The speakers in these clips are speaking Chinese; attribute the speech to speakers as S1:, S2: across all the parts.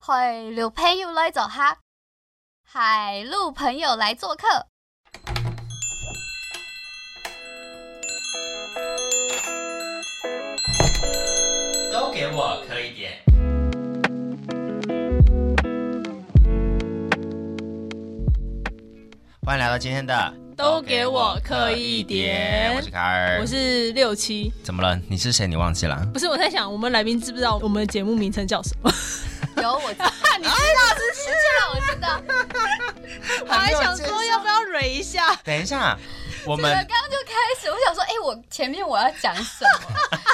S1: 去撩朋友来做客，海陆朋友来做客。
S2: 都给我磕一点。欢迎来到今天的，
S3: 都给我磕一点
S2: 我是卡尔，
S3: 我是六七，
S2: 怎么了？你是谁？你忘记了？
S3: 不是我在想，我们来宾知不知道我们的节目名称叫什么？
S1: 有我知道， 你知道知识，我知道。
S3: 我还想说要不要蕊一下，
S2: 等一下，我
S1: 我
S2: 们
S1: 刚刚就开始，我想说，哎、我前面我要讲什 么，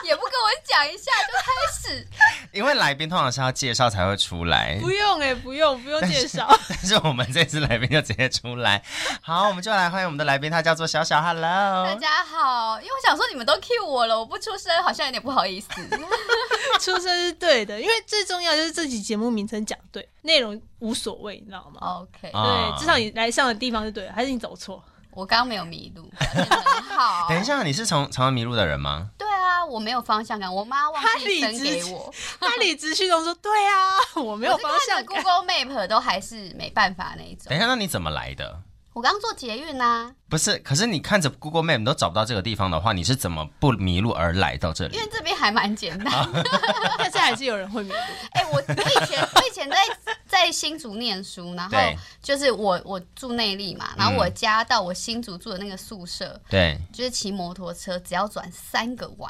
S1: 也不跟我讲一下就开始。
S2: 因为来宾通常是要介绍才会出来，
S3: 不用哎、不用不用介绍，
S2: 但是我们这次来宾就直接出来。好，我们就来欢迎我们的来宾，他叫做小小
S1: 大
S2: ，Hello。
S1: 家好，因为我想说你们都 cue 我了，我不出声好像有点不好 意思。
S3: 出声是对的，因为最重要就是这期节目名称讲对，内容无所谓，你知道吗？
S1: OK，、
S2: 哦啊
S3: 对，至少你来上的地方是对的，还是你走错？
S1: 我刚刚没有迷路，表现得很好。
S2: 等一，下，你是常常常迷路的人吗？
S1: 对啊，我没有方向感，我妈忘
S3: 他
S1: 记
S3: 理
S1: 生
S3: 直
S1: 给
S3: 气
S1: 我。
S3: 他理直气壮说：“对啊，我没有方
S1: 我
S3: 向
S1: 是看着
S3: 感。哎
S1: Google Map 都还是没办法那一种
S2: 等。一下，那你怎么来的？
S1: 我刚坐捷运啊呐、
S2: 不是，可是你看着 Google Map 你都找不到这个地方的话，你是怎么不迷路而来到这里
S1: 因？为这边还蛮简单。
S2: 啊
S3: 但是还是有人会迷路。
S1: 哎、我我以前我以前在在新竹念书，然后
S2: 对嗯
S1: 就是我我住内坜嘛，然后我家到我新竹住的那个宿舍，
S2: 对，
S1: 就是骑摩托车，只要转三个弯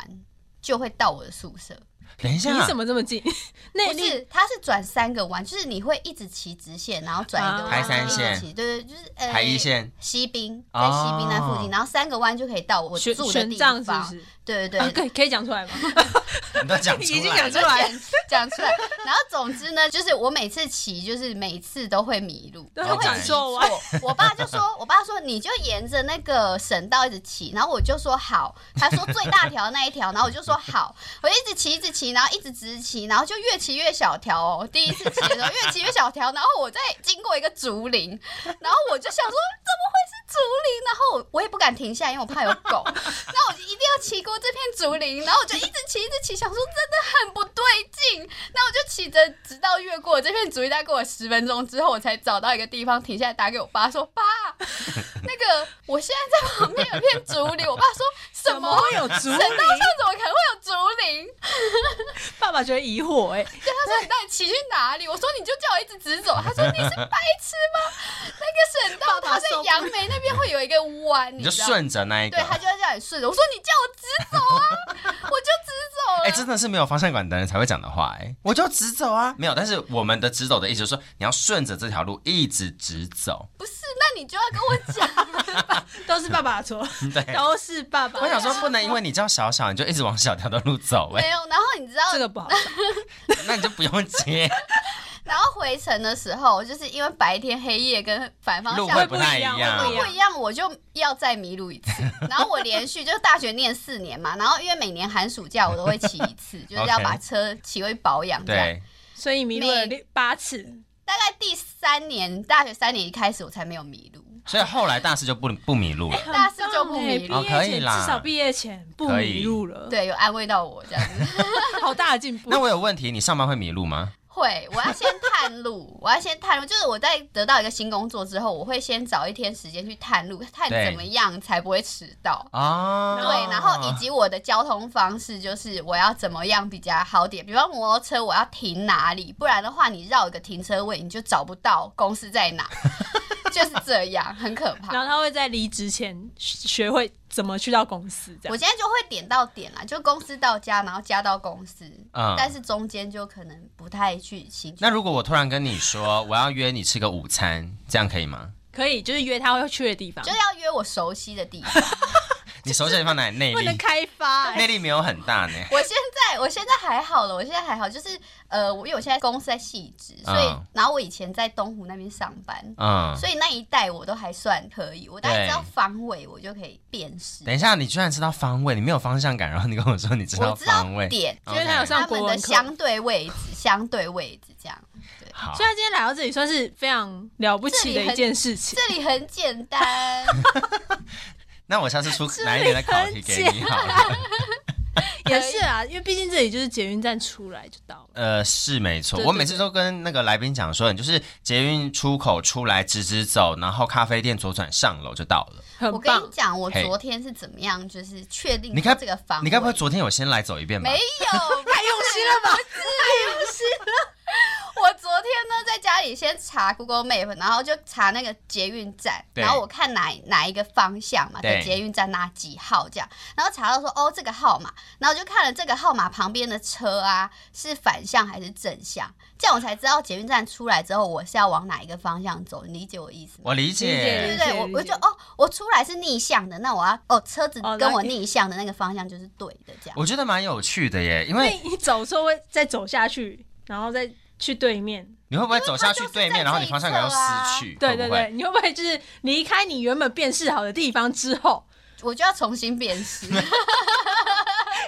S1: 就会到我的宿舍。
S2: 等一
S3: 你
S2: 下
S3: 怎，么这么近？
S1: 不
S3: 内力
S1: 是，它是转三个弯，就是你会一直骑直线，然后转一个弯，
S3: 啊
S1: 一直
S2: 台三线
S1: 骑对对，就是呃
S2: 台一 线
S1: 西滨，在西
S2: 哦
S1: 滨那附近，然后三个弯就可以到我
S3: 玄
S1: 住的
S3: 玄
S1: 地
S3: 奘
S1: 方。
S3: 是不是？
S1: 对对
S3: 啊，
S1: 对，
S3: 可以可以讲出来吗？
S2: 你都讲
S3: 已
S2: 出
S3: 经
S2: 来了，
S3: 讲出来，
S1: 讲出来。然后总之呢，就是我每次骑，就是每次都会迷路，
S3: 都
S1: 就
S3: 会
S1: 会
S3: 讲
S1: 骑
S3: 错
S1: 错
S3: 弯。
S1: 我爸就说，我爸说你就沿着那个省道一直骑，然后我就说好。他说最大条那一条，然后我就说好。我一直骑，一直骑，然后一直直骑，然后就越骑越小条哦。我第一次骑的时候越骑越小条，然后我再经过一个竹林，然后我就想说怎么会是竹林？然后我我也不敢停下来，因为我怕有狗。 然后我就一定要骑过这片竹林，然后我就一直骑，一直骑，想说真的很不对劲。那我就骑着，直到越过这片竹林，大概过了十分钟之后，我才找到一个地方停下来，打给我爸说：“爸，那个我现在在旁边有片竹林。”我爸说什
S3: 怎么
S1: 么？
S3: 会有竹
S1: 省
S3: 林？
S1: 道上怎么可能会有竹林？
S3: 爸爸觉得疑惑哎、
S1: 他说你到底骑去哪里？我说你就叫我一直直 走。他说你是白痴吗？那个省道
S3: 爸爸
S1: 它在
S3: 受不了
S1: 杨梅那边会有一个弯，
S2: 你
S1: 你
S2: 就
S1: 知道吗
S2: 顺着那一个
S1: 对，。他就会叫你顺着。我说你叫我直走啊， 我就直走了。
S2: 哎、真的是没有方向感的人才会讲的话、哎，我就直走啊，没有。但是我们的直走的意思就是说，你要顺着这条路一直直 走。
S1: 不是，那你就要跟我 讲。
S3: 都是爸爸 的错，
S2: 对，
S3: 都是爸爸。
S2: 我想说，不能因为你叫小小，你就一直往小条的路走、
S1: 没有，然后你知道
S3: 这个不好笑，
S2: 哎，那你就不用 接，
S1: 然后回程的时候，就是因为白天黑夜跟反方
S2: 路
S1: 向
S2: 会
S3: 会
S2: 不
S3: 不
S2: 太
S3: 太
S2: 一
S3: 一样
S2: 样
S3: 会
S1: 不一样，我就要再迷路一 次。然后我连续就是大学念四年嘛，然后因为每年寒暑假我都会骑一次，就是 要把车骑回保养这样。
S2: 对，
S3: 所以迷路了六八次。
S1: 大概第三年，大学三年一开始我才没有迷路，
S2: 所以后来大师就不不迷路 了。
S1: 大四就不迷
S2: 哦
S1: 路
S3: 欸毕，
S2: 可
S3: 业
S2: 以
S3: 前
S2: 啦
S3: 至少毕业前不迷路了，，
S1: 对，有安慰到我这样子。
S3: 好大的进步
S2: 那。我有问题，你上班会迷路吗？
S1: 会，我要先探路， 我要先探路，就是我在得到一个新工作之后，我会先找一天时间去探路，探
S2: 对
S1: 怎么样才不会迟到。
S2: 啊，
S1: 对，然后以及我的交通方式就是我要怎么样比较好点，比方摩托车我要停哪里，不然的话你绕一个停车位你就找不到公司在哪， 就是这样，很可
S3: 然
S1: 怕。
S3: 后他会在离职前学会怎么去到公司，这
S1: 我
S3: 样。
S1: 现在就会点到点啦，就公司到家，然后家到公司，
S2: 嗯
S1: 但是中间就可能不太去行。
S2: 那如果我突然跟你说，我要约你吃个午餐，这样可以吗？
S3: 可以，就是约他会去的地方
S1: 就，要约我熟悉的地方。
S2: 你熟悉的地方哪里？内
S3: 不能
S2: 力，
S3: 开发、哎
S2: 内力没有很大呢。
S1: 我现在我现在还好了，我现在还好，就是呃，我因为我现在公司在细致，所以、
S2: 嗯
S1: 然后我以前在东湖那边上班，
S2: 嗯，
S1: 所以那一带我都还算可以，我大概
S2: 对
S1: 知道方位，我就可以辨识。
S2: 等一下，你居然知道方位，你没有方向感，然后你跟我说你知道
S1: 我知道
S2: 方位，嗯
S1: 点，
S2: OK
S3: 因为他有上
S1: 他
S3: 国
S1: 们
S3: 文
S1: 的
S3: 课
S1: 相对位 置，相对位置这样。
S2: 好
S3: 所以，他今天来到这里算是非常了不起的一件事情。
S1: 这里很简 单，
S2: 那我下次出难一点的考题给你好了。
S3: 也是啊，因为毕竟这里就是捷运站出来就到了。
S2: 呃，是没错，
S3: 对
S2: 我
S3: 对
S2: 每次都跟那个来宾讲说，你就是捷运出口出来直直走，然后咖啡店左转上楼就到了。
S3: 很
S1: 我跟你
S3: 棒，
S1: 讲，我
S2: 嘿
S1: 昨天是怎么样，就是确定
S2: 你该
S1: 这个方位，
S2: 你该不会昨天有先来走一遍吧
S1: 没？有
S3: 太用心了 吧？
S1: 我昨天呢，在家里先查 Google Map，然后就查那个捷运站，
S2: 对
S1: 然后我看哪哪一个方向嘛，
S2: 对
S1: 对，捷运站哪几号这样，然后查到说哦这个号码，然后就看了这个号码旁边的车啊是反向还是正向，这样我才知道捷运站出来之后我是要往哪一个方向走，你理解我意思吗？
S2: 我理
S1: 对
S3: 理
S1: 对
S2: 解
S3: 解，
S1: 对，我我
S3: 理
S1: 就
S3: 解
S1: 哦，我出来是逆向的，那我要哦车子
S3: 哦
S1: 跟我
S3: 那
S1: 逆向的那个方向就是对的，这样。
S2: 我觉得蛮有趣的耶，因
S3: 因
S2: 为
S3: 为你走的时候会再走下去，然后再去对面。
S2: 你会不会走下去对
S1: 因为它就是在
S2: 面，然后你方向感又
S1: 啊
S2: 失去？
S3: 对
S2: 会
S3: 对
S2: 不会
S3: 对，你会不会就是离开你原本辨识好的地方之后，
S1: 我就要重新辨识，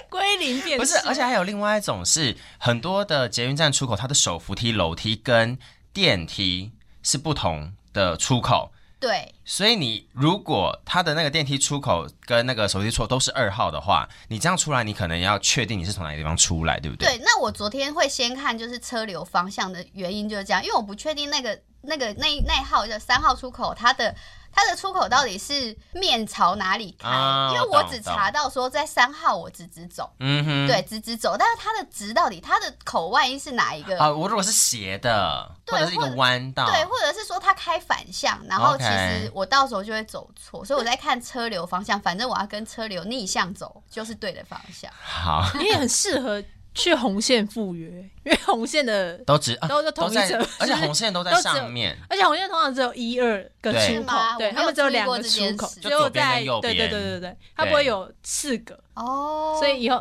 S3: 归零辨识？
S2: 不是，而且还有另外一种是，很多的捷运站出口，它的手扶梯、楼梯跟电梯是不同的出口，
S1: 对，
S2: 所以你如果它的那个电梯出口跟那个手扶梯出口都是二号的话，你这样出来，你可能要确定你是从哪个地方出来，对不对？
S1: 对，那我昨天会先看就是车流方向的原因就是这样，因为我不确定那个那个那那一号的三号出口它的。它的出口到底是面朝哪里开？
S2: 啊
S1: 因为
S2: 我
S1: 我
S2: 懂
S1: 只查到说在三号我直直走，
S2: 嗯哼，
S1: 对，直直走，但是它的直到底它的口外音是哪一个？
S2: 啊、我如果是斜的，
S1: 对
S2: 或者是一个
S1: 或者
S2: 弯道，
S1: 对，或者是说它开反向，然后
S2: OK
S1: 其实我到时候就会走错，所以我在看车流方向，反正我要跟车流逆向走，就是对的方向。
S2: 好，
S3: 你也很适合去红线赴约，因为红线的，
S2: 都只啊
S3: 都都同一
S2: 在
S3: 层，
S2: 而且红线都在
S3: 都只有
S2: 上 面，
S3: 而且红线通常只有一二个
S2: 对
S3: 出
S1: 是
S3: 口
S1: 吗，
S3: 对
S1: 我没有
S3: 他们只有
S1: 注意
S3: 两
S1: 过
S3: 个
S1: 这
S3: 出
S1: 件
S3: 口，
S1: 事
S3: 只
S2: 就
S3: 有
S2: 左边
S3: 在
S2: 跟右
S3: 对对
S2: 边
S3: 对对对，它
S2: 对
S3: 不会有四个，
S1: 哦，
S3: 所以以后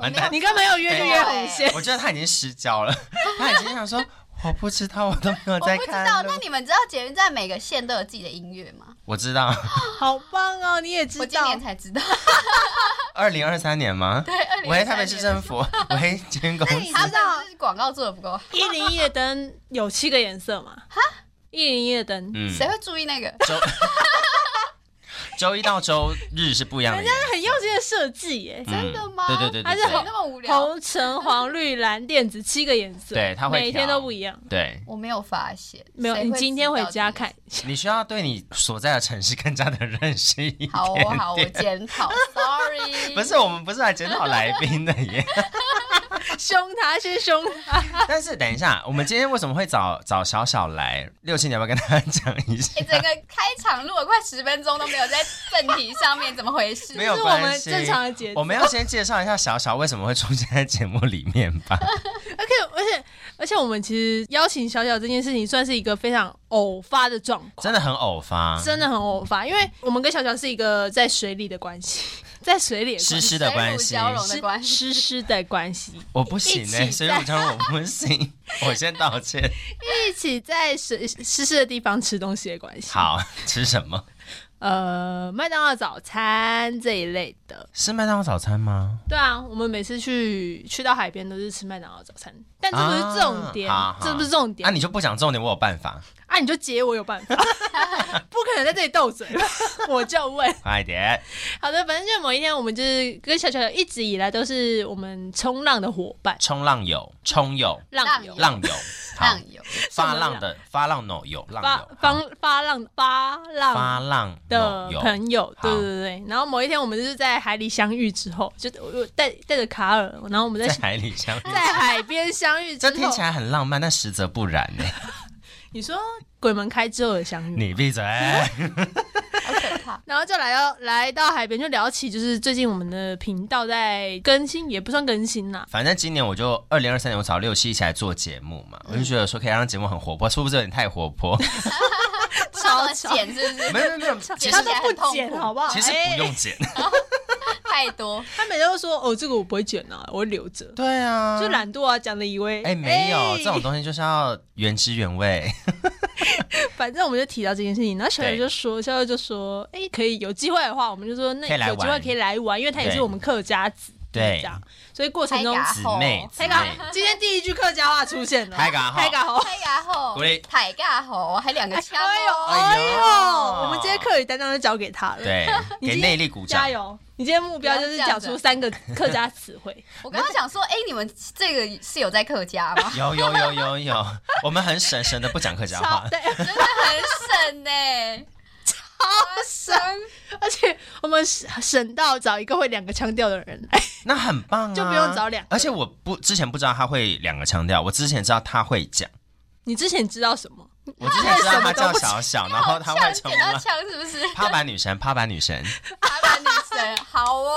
S2: 完
S1: 没
S2: 蛋
S1: 有，
S3: 你根本有约就约红线，
S2: 我觉得他已经失焦了， 他已经想 说。我不知道，我都没有
S1: 我
S2: 在
S1: 不知
S2: 看
S1: 道，
S2: 路
S1: 那你们知道捷运站每个线都有自己的音乐吗？
S2: 我知道，
S3: 好棒哦！你也知
S1: 我今
S3: 道
S1: 年，才 知道，
S2: 二零二三年吗？
S1: 对，二哎零
S2: 喂，台北市政府，喂，监工，
S3: 那你
S1: 他
S3: 知道
S1: 们是广告做的不够好，
S3: 一零一的灯有七个颜色嘛？哈，一零一的灯，
S2: 嗯，
S1: 谁会注意那个？
S2: 周 周一到周日是不一样的人，
S3: 那很用心的设计耶，
S2: 嗯
S1: 真的吗
S2: 对对对
S3: 还
S2: 对
S3: 是
S1: 谁
S2: 对
S3: 红
S1: 那么无聊？
S3: 红、橙、黄、绿、蓝、靛、紫七个颜色，
S2: 对它会
S3: 每天
S2: 调
S3: 都不一样。
S2: 对，
S1: 我没有发现，
S3: 没有，
S1: 谁
S3: 你
S1: 会
S3: 今天
S1: 知
S3: 回
S1: 道
S3: 家
S1: 这件
S3: 看
S1: 事。
S3: 一下。
S2: 你需要对你所在的城市更加的认识一点。
S1: 好 哦，好，我检讨，sorry。
S2: 不是，我们不是来检讨来宾的 耶。
S3: 凶他是凶他，
S2: 但是等一下，我们今天为什么会找找小小来？六七，你要不要跟大家讲一下
S1: 哎、？整个开场录了快十分钟都没有在正题上面，怎么回事？
S2: 没
S3: 这
S2: 有
S3: 是我
S2: 关
S3: 们
S2: 系
S3: 正常的节奏。
S2: 我们要先介绍一下小小为什么会出现在节目里面吧。
S3: 而且而且而且我们其实邀请小小这件事情算是一个非常偶发的状况，
S2: 真的很偶发，
S3: 真的很偶发，因为我们跟小小是一个在水里的关系， 在水里的
S2: 湿
S3: 关系
S2: 湿的关系
S1: 水乳，交融的关系
S3: 湿湿的关系，
S2: 我不行呢、
S3: 一起
S2: 所
S3: 在
S2: 以我讲我不行，我先道歉。
S3: 一起在水湿湿的地方吃东西的关系。，
S2: 好，吃什么？
S3: 呃，麦当劳早餐这一类的，
S2: 是麦当劳早餐吗？
S3: 对啊，我们每次去去到海边都是吃麦当劳早餐，但这不
S2: 啊
S3: 是重点，
S2: 好好
S3: 这不是重点
S2: 啊，你就不讲重点，我有办法，
S3: 啊！你就接我有办 法，不可能在这里斗嘴吧？我就问。
S2: 快点。
S3: 好的，反正就某一天，我们就是跟小乔一直以来都是我们冲浪的伙伴，
S2: 冲浪友，冲友，
S3: 浪友，
S2: 浪友，好
S1: 浪，友，
S2: 发浪的发浪友友，
S3: 发
S2: 浪友，好
S3: 发发浪发浪。
S2: 发浪
S3: 的
S2: 友，
S3: 朋友，
S2: 好
S3: 对对对，然后某一天我们就是在海里相遇之后，就我我带带着卡尔，然后我们在
S2: 在海里相遇，
S3: 在海边相遇之
S2: 这
S3: 后，
S2: 听起来很浪漫，但实则不然呢、
S3: 你说鬼门开之后的相遇，
S2: 你闭 嘴。
S1: 好可怕。
S3: 然后就来到来到海边，就聊起就是最近我们的频道在更新，也不算更新啦。
S2: 反正今年我就二零二三年，我找六七一起来做节目嘛，
S3: 嗯
S2: 我就觉得说可以让节目很活泼，是不是有点太活 泼？
S1: 不知道怎
S3: 超
S1: 么剪是不是？
S2: 没有没有没有，其实
S3: 他都不剪好不好？
S2: 其实
S3: 哎
S2: 不用剪。
S1: 太多，
S3: 他每天都说哦，这个我不会剪啊，我会留着，
S2: 对啊
S3: 就懒惰啊，讲的以为
S2: 哎、没有、这种
S3: 西。
S2: 东西就是要原汁原味。
S3: 反正我们就提到这件事情，然后小
S2: 对
S3: 友就说，小友就说，哎，可以有机会的话，我们就说那
S2: 可以来
S3: 有机会
S2: 玩
S3: 可以来玩，因为他也
S2: 对
S3: 是我们客家子。
S2: 对
S3: 这样，所以过程中
S1: 太嘎
S2: 姊妹姊
S3: 太
S2: 妹，
S3: 尬，今天第一句客家话出现了，
S2: 太尬吼
S3: 太尬吼，
S1: 太尬哎吼
S2: 鼓励，
S1: 太尬吼，还两个枪
S3: 哎呦
S1: 哦，
S2: 哎
S3: 哎
S2: 呦
S3: 呦，我们今天课语担当就交给他了，，
S2: 对，
S3: 你
S2: 给
S3: 今天
S2: 内力鼓掌？
S3: 加，油！你今天目标就是讲出三个客家词 汇，
S1: 我刚刚想说，哎，你们这个是有在客家吗
S2: 有有有有有，我们很省省的不讲客家
S3: 超
S2: 话，
S3: 对，
S1: 真的很省呢，超省，
S3: 而且我们省省到找一个会两个腔调的人来，
S2: 那很棒啊，
S3: 就不用找两个
S2: 而且我不之前不知道他会两个腔调，我之前知道他会讲，
S3: 你之前知道什么？
S2: 我之前知道他叫小 小， 然后他会
S1: 像
S2: 成
S1: 捡到
S2: 为
S1: 枪是不是？
S2: 趴板女神，趴板女神，
S1: 台湾女神，好哦。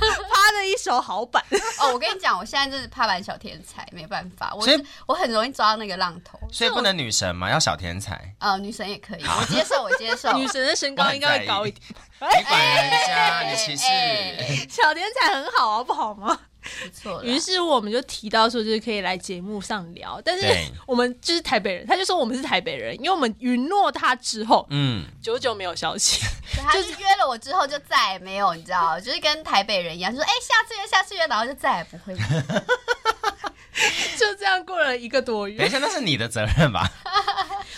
S3: 啪的一手好 板，
S1: 哦，我跟你讲，我现在就是趴板小天才，没办法，我
S2: 所以
S1: 是我很容易抓那个浪头。
S2: 所以不能女神嘛，要小天才，
S1: 呃，女神也可以，
S2: 啊
S1: 我接受，我接受。
S3: 女神的身高应该会高一点，
S2: 你管人家，你歧视，
S1: 哎
S3: 小天才很好啊，不好吗？
S1: 不错啦
S3: 于是我们就提到说，就是可以来节目上聊，但是
S2: 对
S3: 我们就是台北人，他就说我们是台北人，因为我们允诺他之后，
S2: 嗯，
S3: 久久没有消息，
S1: 所以他就是约了我之后就再也没有，你知道，就是跟台北人一样，就说哎、下次约，下次约，然后就再也不 会约。
S3: 就这样过了一个多
S2: 等
S3: 月
S2: 一，下，那是你的责任 吧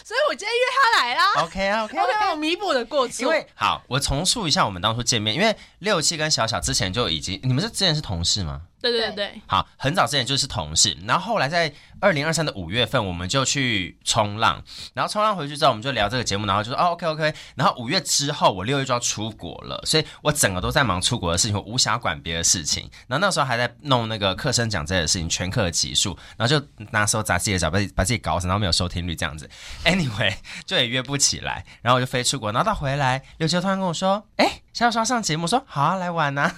S3: 所以我今天约他来啦。
S2: ？OK 啊，OK 啊。
S3: OK，我弥补的过错，
S2: 因为好，我重述一下我们当初见面，因为六七跟小小之前就已经，你们是之前是同事吗？
S3: 对对对
S1: 对
S3: 对，
S2: 好，很早之前就是同事，然后后来在二零二三的五月份，我们就去冲浪，然后冲浪回去之后，我们就聊这个节目，然后就说哦，OK OK，然后五月之后，我六月就要出国了，所以我整个都在忙出国的事情，我无暇管别的事情。然后那时候还在弄那个课程讲这些事情，全课的集数，然后就那时候砸自己的脚，把自己把自己搞死，然后没有收听率这样子。Anyway，就 也约不起来，然后我就飞出国，然后到回来，六七就突然跟我说，哎，小小要上节目，我说好啊，来玩啊。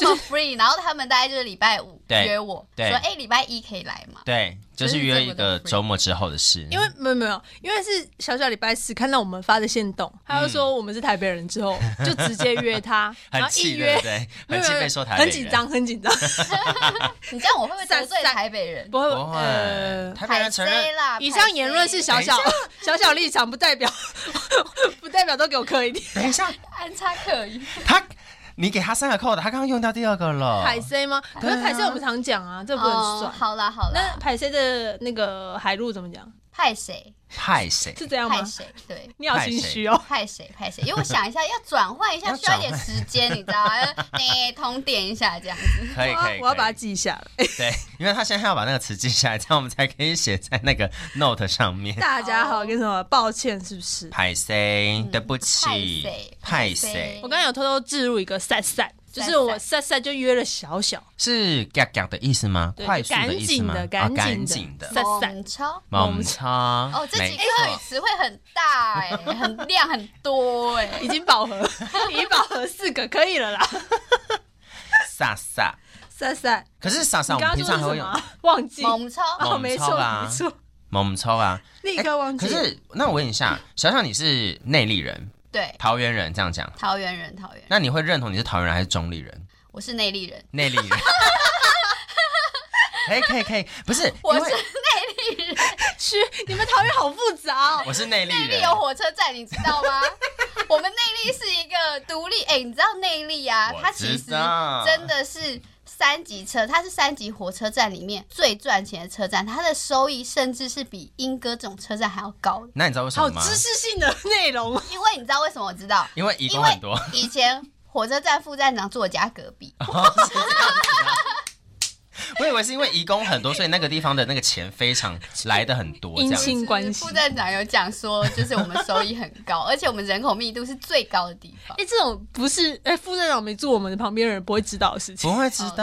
S1: 这么 free，然后他们大概就是礼拜五
S2: 对
S1: 约我，
S2: 对
S1: 说哎、礼拜一可以来嘛？
S2: 对，就是约一个周末之后的事。
S3: 因为没有没有，因为是小小礼拜四看到我们发的线
S2: 嗯
S3: 动，他就说我们是台北人 之后，就直接约他，
S2: 很
S3: 然后一
S2: 气，对
S3: 约
S2: 不， 对？很
S3: 没有
S2: 气
S3: 没有
S2: 被说台北人
S3: 很紧，张，很紧张，
S1: 你这样我会不会得罪
S3: 散散
S1: 台北人？
S3: 不会
S2: 不会，
S3: 呃。
S2: 台北人承
S1: 海
S2: 认
S1: 贼啦，
S3: 以上言论是小小 小小立场，不代表不代表都给我磕一点。
S2: 等一下，
S1: 安插可以。
S2: 他你给他三个扣的，他刚刚用掉第二个了。
S3: 海 C 吗？ 可是海 C 我们常讲啊，这不能
S1: 哦，
S3: 算。
S1: 好啦好
S3: 那
S1: 啦，
S3: 海 C 的那个海陆怎么讲？
S1: 派谁
S2: 派谁？
S3: 是这样吗
S1: 派？谁？对。
S3: 你好心虚哦。
S1: 派谁派谁？因为我想一 下，要转换一下，
S2: 要
S1: 需要
S2: 转
S1: 一
S2: 换
S1: 点时间，你知道 吗？哎，通电一下这样子。
S2: 可以
S3: 我要
S2: 可以，
S3: 我要把
S2: 可
S3: 它
S2: 以
S3: 记下来。哎
S2: 对，因为他现在要把那个词记下来，这样我们才可以写在那 个 note 上面。
S3: 大家好，跟什么抱歉是不是？
S2: 派谁？
S3: 嗯
S2: 对不
S1: 派
S2: 起
S1: 谁，
S2: 派
S1: 派
S2: 谁
S1: 谁？
S3: 我刚刚有偷偷置入一个赛赛，就是我赛赛就约了小小，
S2: 是 “gag gag” 的意思吗？
S3: 对
S2: 快速的意思吗？
S3: 就
S2: 啊
S3: 赶紧的
S2: 赶
S3: 赶紧的
S2: 紧 的。
S3: 散散
S1: 猛超
S2: 猛超
S1: 哦，这几
S2: 没
S1: 个
S2: 错
S1: 语词汇很大 哎、很量很多哎、
S3: 已经饱和， 已经饱和四个可以了啦。
S2: 飒飒。
S3: 赛赛，
S2: 可是飒飒，
S3: 你
S2: 我们
S3: 刚刚
S2: 平
S3: 说是
S2: 常还
S3: 什
S2: 会用
S3: 么？忘记
S1: 猛超
S3: 哦，没
S2: 猛抽
S3: 错
S2: 吧
S3: 没错，
S2: 猛超啊。
S3: 立
S2: 哎
S3: 刻忘记。
S2: 可是，那我问一下，小小你是内地人，
S1: 对，
S2: 桃园人这样讲，
S1: 桃园人，桃园人，
S2: 那你会认同你是桃园人还是中立人？
S1: 我是内地人，
S2: 内力人。 可以可以可以，不是，
S1: 我
S2: 因为
S1: 是内地人，
S3: 去你们桃园好复杂哦。
S2: 我是内力
S1: 内
S2: 人
S1: 地，有火车站，你知道吗？ 我们内力是一个独立，哎、你知道内力啊，
S2: 我
S1: 它其
S2: 知
S1: 实
S2: 道
S1: 真的是。三级车，它是三级火车站里面最赚钱的车站，它的收益甚至是比莺歌这种车站还要高的。
S2: 那你知道为 什
S3: 好
S2: 么吗？
S3: 知识性 的内容，哦
S1: 因为你知道为什么我知道？
S2: 因为移
S1: 因
S2: 工
S1: 为
S2: 很多，
S1: 以前火车站副站长住我家隔壁，
S2: 哦啊我以为是因为移工很多，所以那个地方的那个钱非常来的很多，这
S3: 姻
S2: 样
S3: 亲
S2: 子。
S3: 关系
S1: 副站长有讲说，就是我们收益很高，而且我们人口密度是最高的地方
S3: 哎、。这种不是哎、副站长没住我们的旁边的人不会知道的事情
S2: 不。
S1: 哦
S2: 会知道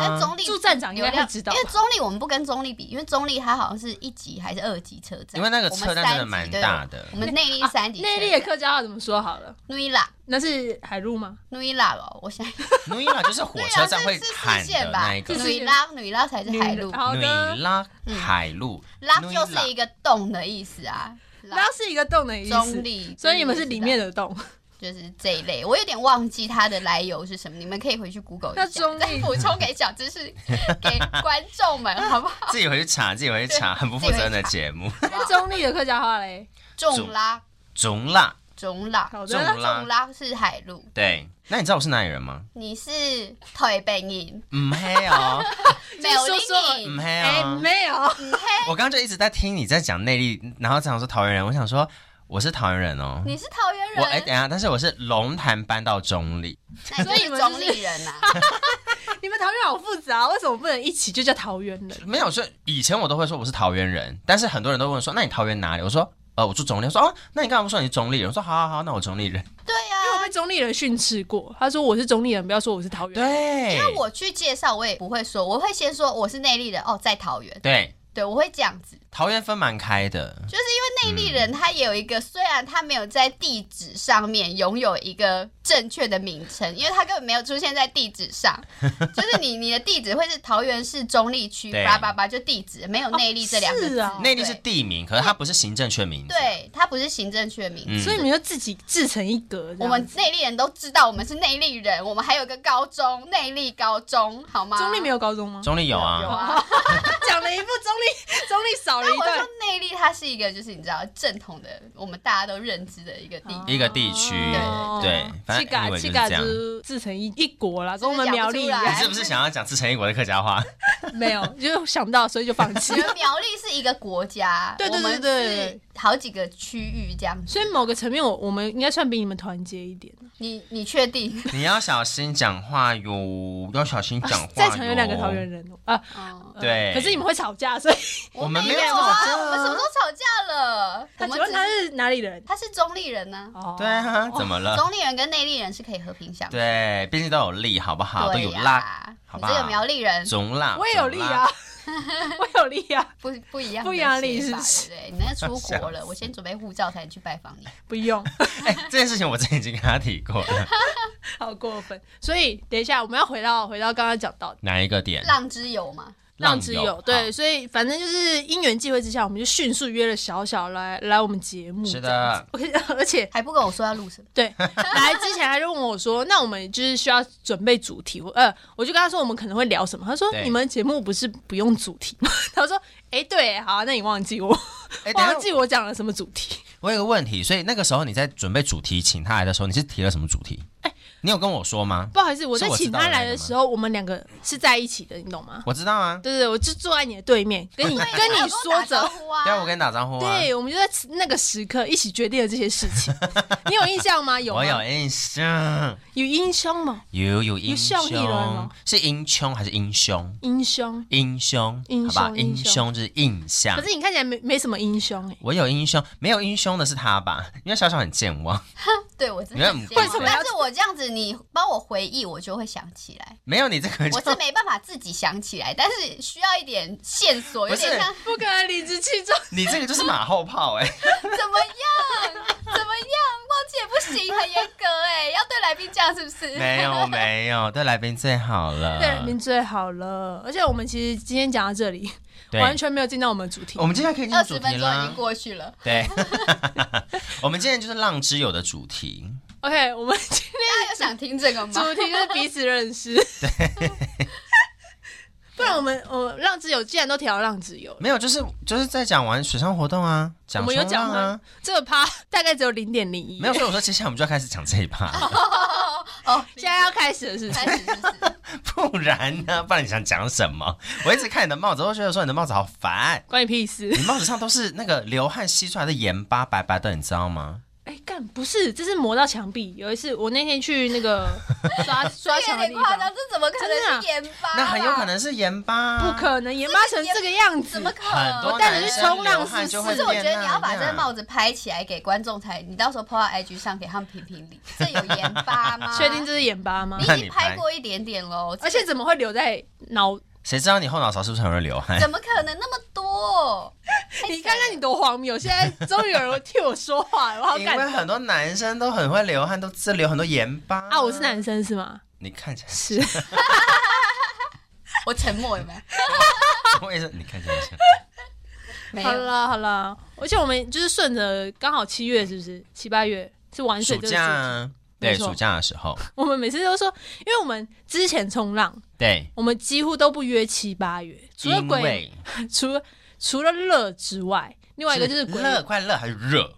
S1: 但
S2: 啊，
S1: 中立
S3: 住站长应该会知道吧
S1: 因为中立我们不跟中立比，因为中立它好像是一级还是二级车站，
S2: 因为那个
S1: 我们
S2: 车站真的蛮
S1: 三级
S2: 大的
S1: 对我们内
S3: 啊
S1: 力三级车站，
S3: 内地的客家话怎么说好了？
S1: 努伊拉
S3: 那是海陆吗？
S1: 努伊拉吧，我想
S2: 努伊拉就是火车 站会喊的那一个
S3: 对啊
S1: 努伊拉努伊拉才是海陆，
S3: 好
S2: 努
S3: 的
S2: 伊，拉海路，
S1: 拉
S2: 努伊
S1: 就是一个洞的意思啊，
S3: 拉是一个洞的意
S1: 中
S3: 思，
S1: 立，
S3: 所以你们是里面的洞。
S1: 就是这一类，我有点忘记它的来由是什么，你们可以回去 Google 一下，
S3: 那中立
S1: 再补充给小知识给观众们，好不好？
S2: 自己回去查，自己 回去查，很不负责任的节目。
S3: 中立的客家话嘞，
S1: 重拉
S2: 中辣
S1: 中浪，
S3: 好
S2: 中
S3: 的，
S1: 中浪是海陆，
S2: 对，那你知道我是哪里人吗？
S1: 你是台北人，
S2: 唔黑 哦，
S1: 没有
S3: 说说
S1: 你
S2: 唔黑
S3: 哎、
S2: 哦。
S3: 没有，
S2: 我刚刚就一直在听你在讲内力，然后想说桃园人，我想说我是桃园人哦。
S1: 你是桃园
S2: 我哎、等
S1: 人，
S2: 一下，但是我是龙潭搬到中立，
S1: 那你就是中立人 呐、啊。
S3: 你们桃园好复杂，啊为什么不能一起就叫桃园人？
S2: 没有说以前我都会说我是桃园人，但是很多人都问说，那你桃园哪里？我说呃我住中立，我说哦，那你干嘛不说你是中立人？我说好好好，那我中立人。
S1: 对
S3: 因为我
S1: 呀、啊
S3: 被，中立人训斥过，他说我是中立人，不要说我是桃园人。
S2: 对，
S1: 那我去介绍我也不会说，我会先说我是内力人哦，在桃园，
S2: 对
S1: 对我会这样子。
S2: 桃园分蛮开的，
S1: 就是因为内力
S2: 嗯
S1: 人他也有一个，虽然他没有在地址上面拥有一个正确的名称，因为他根本没有出现在地址 上，就是你你的地址会是桃园市中立区，
S2: 对
S1: 叭叭叭就地址，没有内力这两个
S3: 哦是
S1: 字
S3: 啊，
S2: 内力是地名，可是它不是行政区的名字。
S1: 对，对，它不是行政区的名字。
S2: 嗯
S3: 所以你们就自己制成一格这样子。
S1: 我们内力人都知道我们是内力人，我们还有个高中内力高中，好吗？
S3: 中立没有高中吗？
S2: 中立有啊，
S1: 有啊，
S3: 啊 讲了一部中立，中立少了
S1: 但
S3: 一
S1: 我
S3: 段
S1: 说。内力它是一个，就是你知道正统的，我们大家都认知的一个地
S2: 一个地区
S3: 哦
S2: 对反正
S3: 七嘎
S2: anyway
S3: 七嘎
S2: 就是这
S3: 就自成一一国啦，跟我们
S1: 真的讲
S3: 苗
S1: 不出
S3: 栗一
S1: 来
S2: 你
S3: 样，
S2: 是不是想要讲自成一国的客家话？
S3: 没有，就想不到，所以就放弃
S1: 你。们苗栗是一个国家，
S3: 对对对
S1: 我们
S3: 对
S1: 是好几个区域这样子。
S3: 所以某个层面我，我们应该算比你们团结一点。
S1: 你你确定？
S2: 你要小心讲话哟，要小心讲话哟。
S3: 在场有两个桃园人哦啊，
S1: 嗯，
S3: 呃
S2: 对
S3: 可是你们会吵架，所以
S2: 我们没有
S1: 有
S2: 吵架
S1: 啊，我们什么时候吵架了？我
S3: 他
S1: 们
S3: 请
S1: 只
S3: 问他
S1: 是
S3: 是哪里人？
S1: 他是中立人呢，
S3: 哦
S2: 对啊，怎么了？
S1: 中立人跟内力人是可以和平相处。
S2: 对，毕竟都有力，好不好？都
S1: 对
S2: 有辣，
S1: 呀，
S2: 好
S1: 你
S2: 吧
S1: 这个苗栗人
S2: 总辣。
S3: 我也有力啊，我有力啊，
S1: 不不一样的
S3: 不一样的
S1: 写
S3: 历史
S1: 法对不对？你那出国
S2: 笑
S1: 了，我先准备护照才能去拜访你。
S3: 不用，
S2: 总辣。哎，这件事情我之前已经跟他提过 了，
S3: 好过分。所以等一下我们要回到回到刚刚讲到的
S2: 哪一个点？
S1: 浪之友嘛，
S3: 浪之友，
S2: 好
S3: 对，所以反正就是因缘际会之下，我们就迅速约了小小来来我们节目，
S2: 是的
S3: 这样子。OK，而 且
S1: 还不跟我说要录什么？
S3: 对来之前还就问我说，那我们就是需要准备主题，我呃，我就跟他说我们可能会聊什么，他说
S2: 对
S3: 你们节目不是不用主题吗？ 他说哎、对，好、啊，那你忘记我，
S2: 哎，等一
S3: 忘
S2: 下，
S3: 记我讲了什么主题？
S2: 我有个问题，所以那个时候你在准备主题请他来的时候，你是提了什么主题？
S3: 哎
S2: 你有跟我说吗？
S3: 不好意思，我在
S2: 是我知
S3: 请
S2: 道
S3: 他
S2: 的那
S3: 来
S2: 个
S3: 的
S2: 吗
S3: 时候，我们两个是在一起的，你懂吗？
S2: 我知道啊，
S3: 对对对，我就坐在你的对 面，跟你
S1: 对
S3: 跟
S1: 有
S3: 你
S1: 我
S3: 说
S1: 打招
S3: 着。
S1: 呼啊，
S2: 对啊，我跟你打招呼啊。
S3: 对，我们就在此那个时刻一起决定了这些事 情。你有印象吗？有吗
S2: 我有印象，
S3: 有英雄吗？
S2: 有有英
S3: 有笑意了
S2: 雄
S3: 吗，
S2: 是英雄还是英雄？
S3: 英雄，
S2: 英雄，
S3: 英
S2: 好吧，
S3: 雄
S2: 英
S3: 英雄
S2: 雄就是印象
S3: 可。是你看起来没没什么英雄哎、
S2: 我有英雄，没有英雄的是他吧？ 因为小小很健忘，
S1: 对我真
S2: 你
S1: 的
S2: 看
S1: 很羡慕
S2: 为什
S3: 么要
S1: 但是我这样子，你帮我回忆，我就会想起 来。
S2: 没有你这个人就
S1: 我是没办法自己想起来，但是需要一点线索，
S2: 不
S1: 有
S2: 是
S1: 点像
S3: 不可能理直气壮。
S2: 你这个就是马后炮 哎、
S1: 怎么样， 怎么样，忘记也不行，很严格哎、要对来宾这样是不是？
S2: 没有没有，对来宾最好了。
S3: 对，人民最好了。而且我们其实今天讲到这里，
S2: 对
S3: 完全没有进到我们的主题
S2: 我。们今天可以进入
S1: 二
S2: 主
S1: 十
S2: 题
S1: 分钟已
S2: 啦
S1: 经。过去了，
S2: 对， 我们今天就是浪之友的主题。
S3: OK，我们 今
S1: 大家有想听这个吗？
S3: 天主题就是彼此 认识。不然我们我浪之友既然都提到浪之友了，
S2: 没有，就是就是在讲完水上活动啊，讲
S3: 我们有
S2: 冲浪
S3: 讲
S2: 啊
S3: 吗，这个趴大概只有零点零一，
S2: 没有。所以我说，接下来我们就要开始讲这一趴 了，
S1: 哦，
S3: 现在要开始了是不是？
S1: 开始是不是？
S2: 不然呢？不然你想讲什么？我一直看你的帽子，我就觉得说你的帽子好烦。
S3: 关你屁事！
S2: 你帽子上都是那个流汗吸出来的盐巴，白白的，你知道吗？
S3: 哎、干不是，这是磨到墙壁。有一次我那天去那个刷刷
S1: 这有
S3: 墙的
S1: 点
S3: 地
S1: 夸
S3: 方，
S1: 张，这怎么可能是啊研发、
S2: 那很有可，能是盐巴啊、
S3: 不可能研发成这个样子，
S1: 怎么可
S2: 很
S1: 能？
S2: 多
S3: 我带
S2: 男
S3: 你去
S2: 生
S3: 冲浪
S2: 流汗
S3: 是
S2: 就
S3: 不
S2: 会
S1: 可
S3: 是
S1: 是我觉
S2: 变
S1: 得你要把
S2: 那
S1: 这个
S2: 样
S1: 帽子拍起来给观众才，你到时候 PO 到 IG 上给他们评评理，这有研发吗？
S3: 确定这是眼巴吗
S1: 你？
S2: 那
S1: 已
S2: 你
S1: 经
S2: 拍
S1: 拍过一点点喽，
S3: 而且怎么会留在脑？
S2: 谁知道你后脑勺是不是很容易流汗？
S1: 怎么可能那么多？
S3: 你看看你多荒谬！现在终于有人替我说话了，我好
S2: 因
S3: 感
S2: 为
S3: 动
S2: 哎很多男生都很会流汗，都自流很多盐巴
S3: 啊！我是，男生是吗？
S2: 你看起来
S3: 是，
S1: 我沉默有没有？
S2: 我 也是，你看起来像。
S1: 没
S3: 好
S1: 有。
S3: 啦好啦，而且我们就是顺着刚好七月是不是？七八月是玩水
S2: 暑
S3: 这个
S2: 假
S3: 季
S2: 啊，对，
S3: 没错
S2: 暑假的时候，
S3: 节，我们每次都说，因为我们之前冲浪，
S2: 对，
S3: 我们几乎都不约七八月，除了
S2: 因
S3: 鬼，
S2: 为
S3: 除了除了热之外，另外一个就是鬼。
S2: 乐快乐还是热，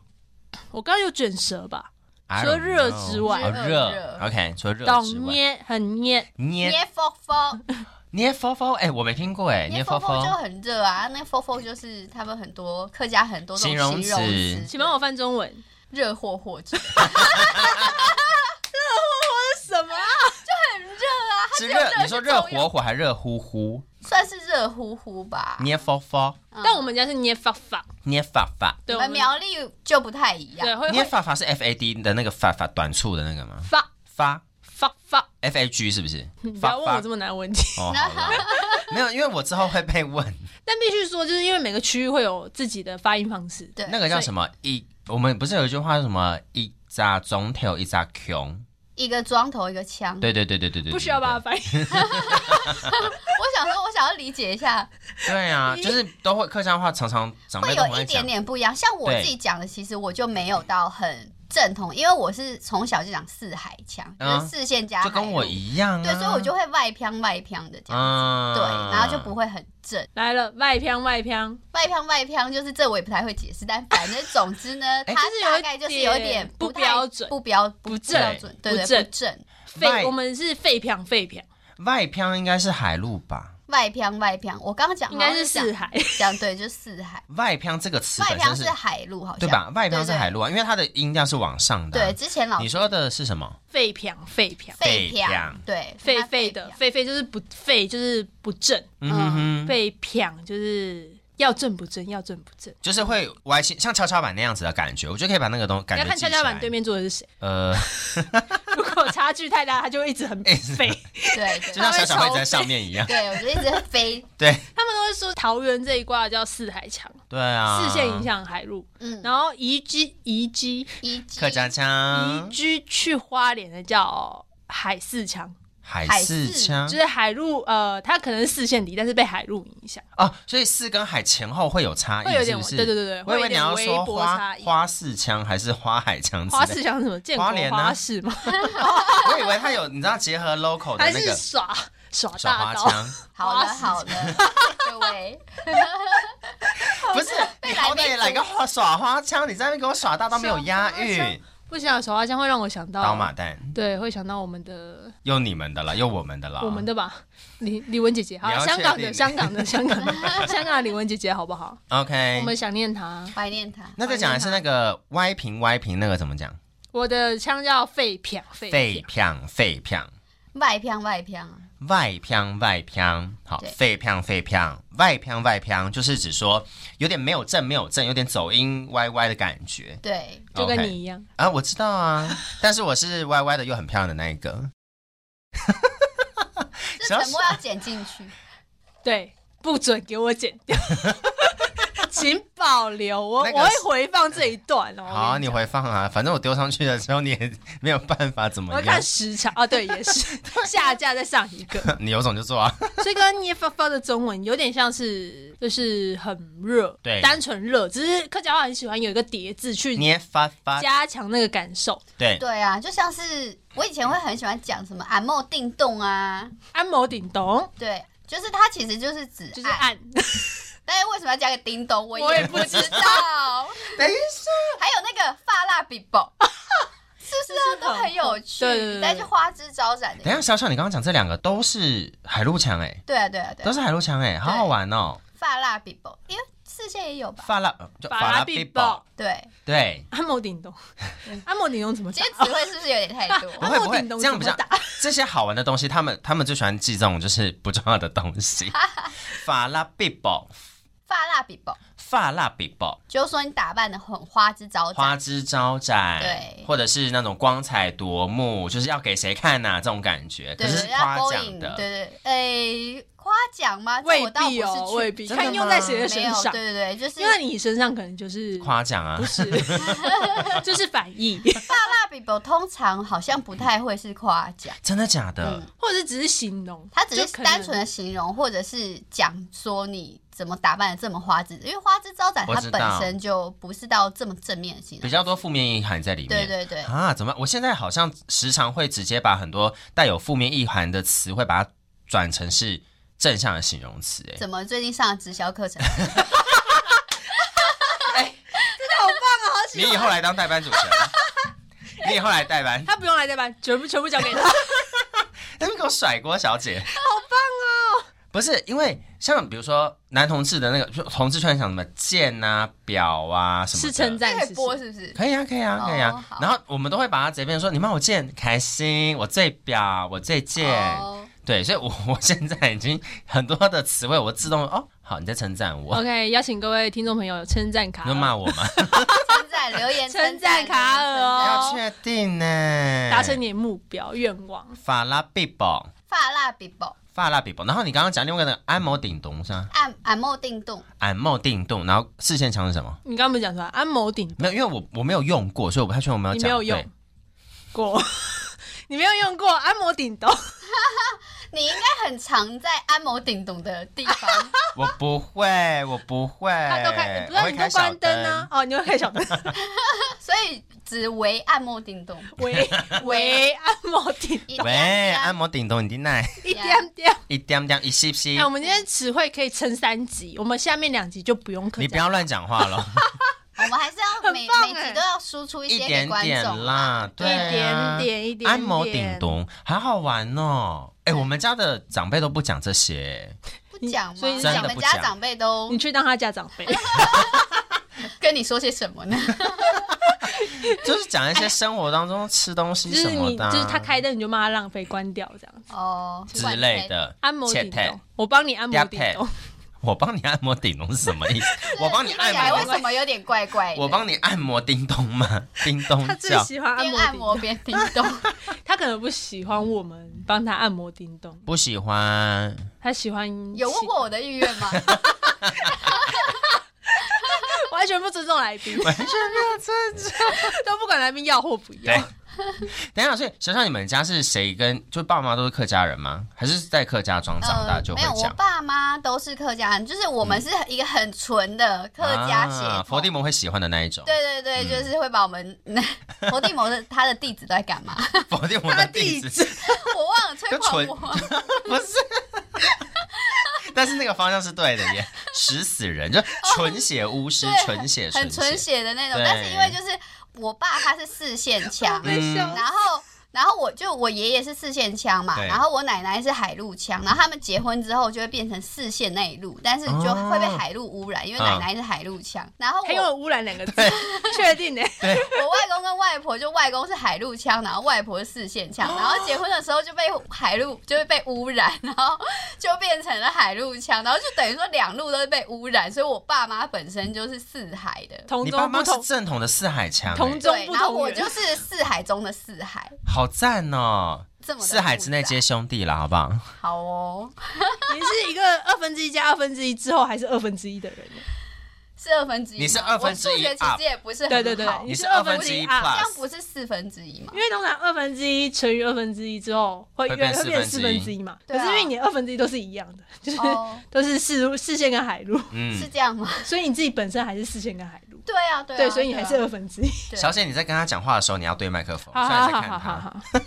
S3: 我刚刚有卷舌吧？
S2: I
S3: 除了
S2: don't
S3: 热
S2: know
S3: 之外
S2: 哦热
S1: 热
S2: ，OK，除了热之
S3: 懂
S2: 外，
S3: 捏很捏，
S2: 捏
S1: 捏佛佛，
S2: 捏佛佛，哎，我没听过哎，
S1: 捏
S2: 佛
S1: 佛佛就
S2: 佛，
S1: 很热啊，那佛佛就是他们很多客家很多这种
S2: 形容
S1: 形容
S2: 词
S1: 词，
S3: 请帮我翻中文。
S1: 热霍霍之
S3: 什么？
S1: 只
S2: 是
S1: 有
S2: 热
S1: 热，
S2: 你说
S1: 是
S2: 热
S1: 重要
S2: 火火还热乎乎？
S1: 算是热乎乎吧。
S2: 捏佛佛，
S1: 嗯
S3: 但我们家是捏发发，
S2: 捏法法，
S3: 对，
S1: 我
S3: 我
S1: 们
S3: 们
S1: 苗栗就不太一样
S3: 对，会
S2: 捏
S3: 会
S2: 法法是 F A D 的那个法法短促的那个吗？
S3: 发
S2: 发
S3: 发发。
S2: F A G 是不是
S3: 你？嗯不
S2: 发
S3: 要问我
S2: 发
S3: 这么难的问题，
S2: 哦，好啦没有，因为我之后会被问
S3: 但必须说，就是因为每个区域会有自己的发音方式。
S1: 对
S2: 那个叫什么一，我们不是有一句话是什么一扎中头一扎穷？
S1: 一个庄头一个枪。
S2: 对对对对对对，
S3: 不需要把它
S2: 吧？
S3: 翻译，
S1: 我想说，我想要理解一下，
S2: 对啊，就是都会客家话常常长
S1: 会
S2: 辈都
S1: 有
S2: 很
S1: 一
S2: 爱
S1: 点
S2: 讲，
S1: 点不一样。像我
S2: 对
S1: 自己讲的，其实我就没有到很正统，因为我是从小就讲四海腔，
S2: 嗯
S1: 就是四线加海
S2: 就跟我
S1: 陆
S2: 一样啊。
S1: 对，所以我就会外飘外飘的这样。
S2: 嗯
S1: 对，然后就不会很正，
S3: 来了外飘外飘，
S1: 外飘外飘就是这我也不太会解释，但反正总之呢，它
S3: 就是有
S1: 大概就是有点
S3: 不
S1: 太
S3: 标准
S1: 不标不
S3: 不
S1: 标
S3: 正
S1: 准，
S3: 不
S1: 对对
S3: 正
S1: 不正，
S3: 废
S2: 外
S3: 我们是废飘废飘，
S2: 外漂应该是海陆吧？
S1: 外飘外飘。我刚刚讲
S3: 应该是
S1: 好像
S3: 四海。
S1: 讲对，就四海，
S2: 外漂这个词
S1: 外
S2: 本
S1: 漂
S2: 身
S1: 是海陆，好像
S2: 对吧？外漂是
S1: 对对
S2: 海陆啊，因为它的音调是往上的啊。
S1: 对，之前老
S2: 你说的是什么？
S3: 废飘废飘，
S1: 废
S2: 废
S1: 票
S2: 票，
S1: 对，
S3: 废
S1: 他
S3: 废的
S1: 票
S3: 废废就是不废就是不正，
S2: 嗯哼哼，
S3: 废飘就是要正不正要正不正。
S2: 就是会歪七，像跷跷板那样子的感觉，我就可以把那个东感
S3: 要
S2: 觉
S3: 看
S2: 记起
S3: 跷
S2: 来。
S3: 跷板对面坐的是谁，
S2: 呃，
S3: 如果差距太大，他就会一直 很废。
S1: 对对
S2: 就像小小妹在上面一 样。
S1: 对，我就一直飞，
S2: 对
S3: 他们都会说桃园这一挂叫四海墙，
S2: 对啊，
S3: 四线影响海陆，
S1: 嗯，
S3: 然后移居移居
S1: 一击
S2: 客家
S3: 移
S2: 腔、
S3: 居去花莲的叫海四强，
S2: 海
S1: 海
S2: 四
S1: 四
S2: 腔
S3: 就是海陆呃，它可能是四线离，但是被海陆影响，
S2: 哦，所以四跟海前后会有差
S3: 会有
S2: 异，是
S3: 点
S2: 不是？
S3: 对对对对，
S2: 我
S3: 会
S2: 以
S3: 有
S2: 为你
S3: 点
S2: 要
S3: 微
S2: 说
S3: 薄
S2: 花
S3: 差异。
S2: 花式腔还是花海腔之
S3: 花
S2: 类
S3: 式像是什么建
S2: 嗯
S3: 国
S2: 花莲啊
S3: 花式吗？
S2: 的， 我以为它有你知道结合 local 的
S3: 还
S2: 那
S3: 是
S2: 个
S3: 耍耍
S2: 耍
S3: 大
S2: 花
S3: 刀？
S2: 腔，
S1: 好了
S3: 花式
S1: 好了，各位，
S2: 不 是
S1: 被
S2: 你
S1: 来
S2: 好
S1: 宾
S2: 歹来个花耍花腔，你在那边给我耍大刀没有押
S3: 耍花腔
S2: 韵，
S3: 不行啊，耍花枪会让我想
S2: 刀
S3: 到，
S2: 马旦
S3: 对，会想到我们的
S2: 又你们的了，又我们的了，
S3: 我们的吧，李李文姐姐，好
S2: 啊你，要
S3: 香港
S2: 确
S3: 的
S2: 定
S3: 香港的香港的 香港的李文姐姐，好不好？
S2: OK，
S3: 我们想念她。
S1: 怀念他，
S2: 那再讲一次那个歪平歪平那个怎么讲？
S3: 我的腔叫废片废
S2: 废
S3: 片
S2: 票废票
S1: 外飘外飘，啊
S2: 外飘外飘，好
S1: 对
S2: 废票废票外飘外飘，就是指说有点没有正没有正，有点走音歪歪的感觉。
S1: 对，
S3: 就跟
S2: OK
S3: 你一样。
S2: 啊，我知道啊，但是我是歪歪的又很漂亮的那一个。
S1: 这
S2: 小
S1: 沉默要剪进去，
S3: 对，不准给我剪 掉，请保留我，
S2: 那个
S3: 我会回放这一段哦。
S2: 好啊，
S3: 我跟
S2: 你
S3: 讲
S2: 回放啊，反正我丢上去的时候你也没有办法怎
S3: 我
S2: 么
S3: 会
S2: 样
S3: 看。时长啊，对，也是下架再上一个。
S2: 你有种就 做啊，
S3: 所以跟捏发发的中文有点像是，就是很热，
S2: 对
S3: 单纯热，只是客家话很喜欢有一个叠字去
S2: 捏发发，
S3: 加强那个感受。
S2: 对，
S1: 对啊，就像是我以前会很喜欢讲什么俺莫定动啊，
S3: 按摩顶咚
S1: 对。就是它其实就是指
S3: 就是
S1: 爱，
S3: 按，
S1: 但是为什么要加个叮咚？我
S3: 我也
S1: 不知道。
S2: 等一下，
S1: 还有那个发蜡笔包， 是不是啊？都很有趣，
S3: 对对对对
S1: 但是花枝招展
S2: 等一
S1: 的。
S2: 下，小小，你刚刚讲这两个都是海陆墙哎，
S1: 对啊，对啊，对
S2: 都
S1: 啊，
S2: 是海陆墙哎，好好玩哦。
S1: 发蜡笔包，因为视线也有吧？
S2: 法拉呃就
S3: 法
S2: 法
S3: 拉
S2: 拉
S3: 必
S2: 必
S3: 报
S2: 报，
S1: 对，
S2: 对，
S3: 按摩顶咚，按摩顶咚怎么
S1: 这些？
S3: 讲
S1: 词汇是不是有点太 多？
S2: 不会不
S3: 我
S2: 会，
S3: 顶懂
S2: 这样比较
S3: 怎么
S2: 这些好玩的东西，他们他们最喜欢记这种就是不重要的东 西。法拉必报，
S1: 发蜡笔包，
S2: 法拉必报，
S1: 就是说你打扮的很花枝招
S2: 花
S1: 展，
S2: 枝招展，
S1: 对
S2: 或者是那种光彩夺目，就是要给谁看呐、这种感觉，可
S1: 对
S2: 是
S1: 对，
S2: 是
S1: 要
S2: 夸
S1: 勾
S2: 奖
S1: 引，对
S2: 的，
S1: 对，诶，夸奖吗？这
S3: 未
S1: 我倒
S3: 必
S1: 不
S3: 哦，
S1: 是
S3: 未
S1: 去
S3: 必
S2: 真的
S3: 看用
S2: 吗
S3: 在谁的身
S1: 没有，对
S3: 上，
S1: 对对，就是
S3: 因为你身上可能就是
S2: 夸奖啊
S3: 不，是，就是反义，
S1: 发蜡笔包通常好像不太会是夸奖，
S2: 真的假的？
S1: 嗯
S3: 或者是只是形容，
S1: 它只
S3: 就是可能
S1: 单纯的形容，或者是讲说你怎么打扮的这么花枝，因为花枝招展
S2: 我
S1: 它
S2: 知道
S1: 本身就不是到这么正面的形
S2: 比
S1: 容。
S2: 较多负面意涵在里面。
S1: 对对对，
S2: 啊，怎么办？我现在好像时常会直接把很多带有负面意涵的词汇，把它转成是正向的形容词、哎，
S1: 怎么最近上的直销课程？
S3: 好棒啊！好喜
S2: 你以后来当代班主持人，你以后来代班，
S3: 他不用来代班，全部全部交给他。
S2: 他们给我甩锅，小姐，好棒哦！不是因为像比如说男同志的那个就同志圈，像什么剑啊、表啊什么的，
S3: 是称赞，
S1: 可
S3: 是
S1: 以播是不是？
S2: 可以啊，可以啊，
S1: 哦
S2: 可以啊。
S1: 好
S2: 然后我们都会把它直接变成说，你帮我见开心，我最表，我最见。
S1: 哦
S2: 对，所以我我现在已经很多的词汇，我自动哦，好，你在称赞我，
S3: OK，邀请各位听众朋友称赞卡
S2: 你就
S3: 尔，
S2: 骂我吗？
S1: 称赞留言
S3: 称
S1: 称赞
S3: 赞卡尔哦
S2: 要确定呢，
S3: 达成你的目标愿望。
S2: 法拉比宝，
S1: 发蜡笔宝，
S2: 法拉比宝。然后你刚刚讲另外一个那个安摩顶动是吗？
S1: 按按摩定动，
S2: 安摩定动，然后视线墙是什么？
S3: 你刚刚不是讲出来安某顶
S2: 没有，因为我我没有用过，所以我不太确定我们要
S3: 你
S2: 讲。
S3: 没有用
S2: 对
S3: 过， 你没有用过按摩顶洞，
S1: 你应该很常在按摩顶动的地 方。
S2: 我不会，我不会，
S3: 他都开，不
S2: 哎我
S3: 是
S2: 会
S3: 你
S2: 开
S3: 都
S2: 小
S3: 关灯啊？哦，你会开小灯，
S1: 所以只为按摩叮咚，
S3: 喂喂，按摩顶
S1: 一
S2: 灯。
S1: 点
S2: 喂，
S1: 点
S2: 按摩顶动你的奶，
S3: 一点点。
S2: 一点点一吸吸
S3: 哎，，我们今天词汇可以撑三集，我们下面两集就不用可
S2: 你不要乱讲话了，
S1: 我们还是要每
S3: 很棒
S1: 每
S3: 哎
S1: 集都要输出一些给
S2: 点
S1: 观
S2: 点
S1: 众啊。
S2: 啦，对
S3: 一
S2: 啊
S3: 点点一点点
S2: 按摩顶咚，好好玩哦！哎、我们家的长辈都不讲这 些，
S1: 不讲吗？
S3: 所以
S1: 你
S2: 真的
S1: 们
S2: 不
S1: 家
S2: 讲
S1: 长辈都
S3: 你去当他家长 辈，
S1: 跟你说些什么呢？
S2: 就是讲一些生活当中吃东西
S3: 就
S2: 什
S3: 是
S2: 么
S3: 你
S2: 的啊、
S3: 就是他开灯你就骂他浪费，关掉这样子。
S1: 哦，
S2: 之类。的。
S3: 按摩顶
S2: 切
S3: 洞，我帮你按摩顶洞，
S2: 我帮你按摩顶咚是什么意 思？我帮你
S1: 听起
S2: 按
S1: 来哎为
S2: 摩，
S1: 什么有点怪怪的？
S2: 我帮你按摩叮咚嘛，叮咚
S3: 他最
S2: 叫。
S3: 喜欢按
S1: 边
S3: 摩
S1: 按
S3: 顶
S1: 摩
S3: 洞，
S1: 边叮咚，
S3: 他可能不喜欢我们帮他按摩顶洞，
S2: 不喜欢，
S3: 他喜欢
S1: 有问过我的意愿吗？
S3: 完全不尊重来宾，
S2: 完全没有尊重。
S3: 都不管来宾要或不
S2: 对
S3: 要。，
S2: 等一下，所以小尚，你们家是谁跟就爸妈都是客家人吗？还是在客家庄长大
S1: 呃
S2: 就，会
S1: 没有，我
S2: 讲？
S1: 爸妈都是客家人，就是我们是一个很纯的客家血
S2: 啊
S1: 统。
S2: 佛地魔会嗯喜欢的那一种。
S1: 对对对，就是会把我们 佛地魔的他的弟子都在干嘛？
S2: 佛地魔的弟
S3: 他的弟
S2: 子
S3: 子
S1: 我忘了吹
S2: 跟
S1: 泡
S2: 纯
S1: 沫。
S2: 不是，但是那个方向是对的耶，食死人
S3: 哦
S2: 就纯血巫师，
S1: 对
S2: 纯血
S1: 很纯
S2: 纯血，
S1: 血的那种，
S2: 对
S1: 但是因为就是我爸他是四线
S3: 我
S1: 腔，
S3: 被笑死
S1: 然后然后我就我爷爷是四线腔嘛，
S2: 对
S1: 然后我奶奶是海陆腔，然后他们结婚之后就会变成四线那一路，但是就
S2: 哦啊
S1: 会被海陆污染，因为奶奶是海陆腔，然后
S3: 还有
S1: 我
S3: 污染两个字，确定呢、欸
S1: 我外公跟外婆就外公是海陆腔，然后外婆是四线腔，
S3: 哦
S1: 然后结婚的时候就被海陆就是被污染，然后就变成了海陆腔，然后就等于说两路都是被污染，所以我爸妈本身就是四海的。
S3: 同
S2: 你爸
S3: 宗不
S2: 妈是
S3: 同，
S2: 正统的四海欸强，
S3: 同宗
S1: 对，
S3: 不
S1: 然后
S3: 同
S1: 我
S3: 源。
S1: 就是四海中的四海，
S2: 好赞哦！
S1: 这么的
S2: 四海之内
S1: 复杂
S2: 皆兄弟啦，好不好？
S1: 好哦，
S3: 你是一个二分之一加二分之一之后还是二分之一的人呢？
S1: 是二分之一吗。
S2: 你是二分之一
S1: 我数学其
S2: up
S1: 实也不是很好
S3: 对对对，
S1: 这
S2: 你是
S3: 是
S2: 二
S3: 分
S2: 分之一
S3: 啊。
S1: 样
S2: plus，
S1: 不是四分之一吗
S3: 因？为通常二分之一乘以二分之一之后会
S2: 会
S3: 越
S2: 变
S3: 会变
S2: 四
S3: 四
S2: 分之一
S3: 分之一嘛，
S1: 对
S3: 可
S1: 啊
S3: 是因为你的二分之一都是一样的，就是、
S1: 哦，
S3: 都是四路四线跟海路，
S1: 是
S2: 嗯。
S1: 这样吗？
S3: 所以你自己本身还是四线跟海路，
S1: 对啊，对啊，
S3: 所以你还是
S1: 啊
S3: 二分之一。
S1: 对
S2: 小姐，你在跟他讲话的时候，你要对麦克风，
S3: 好
S2: 虽然
S3: 好
S2: 在
S3: 好
S2: 看
S3: 好好
S2: 他，
S3: 好，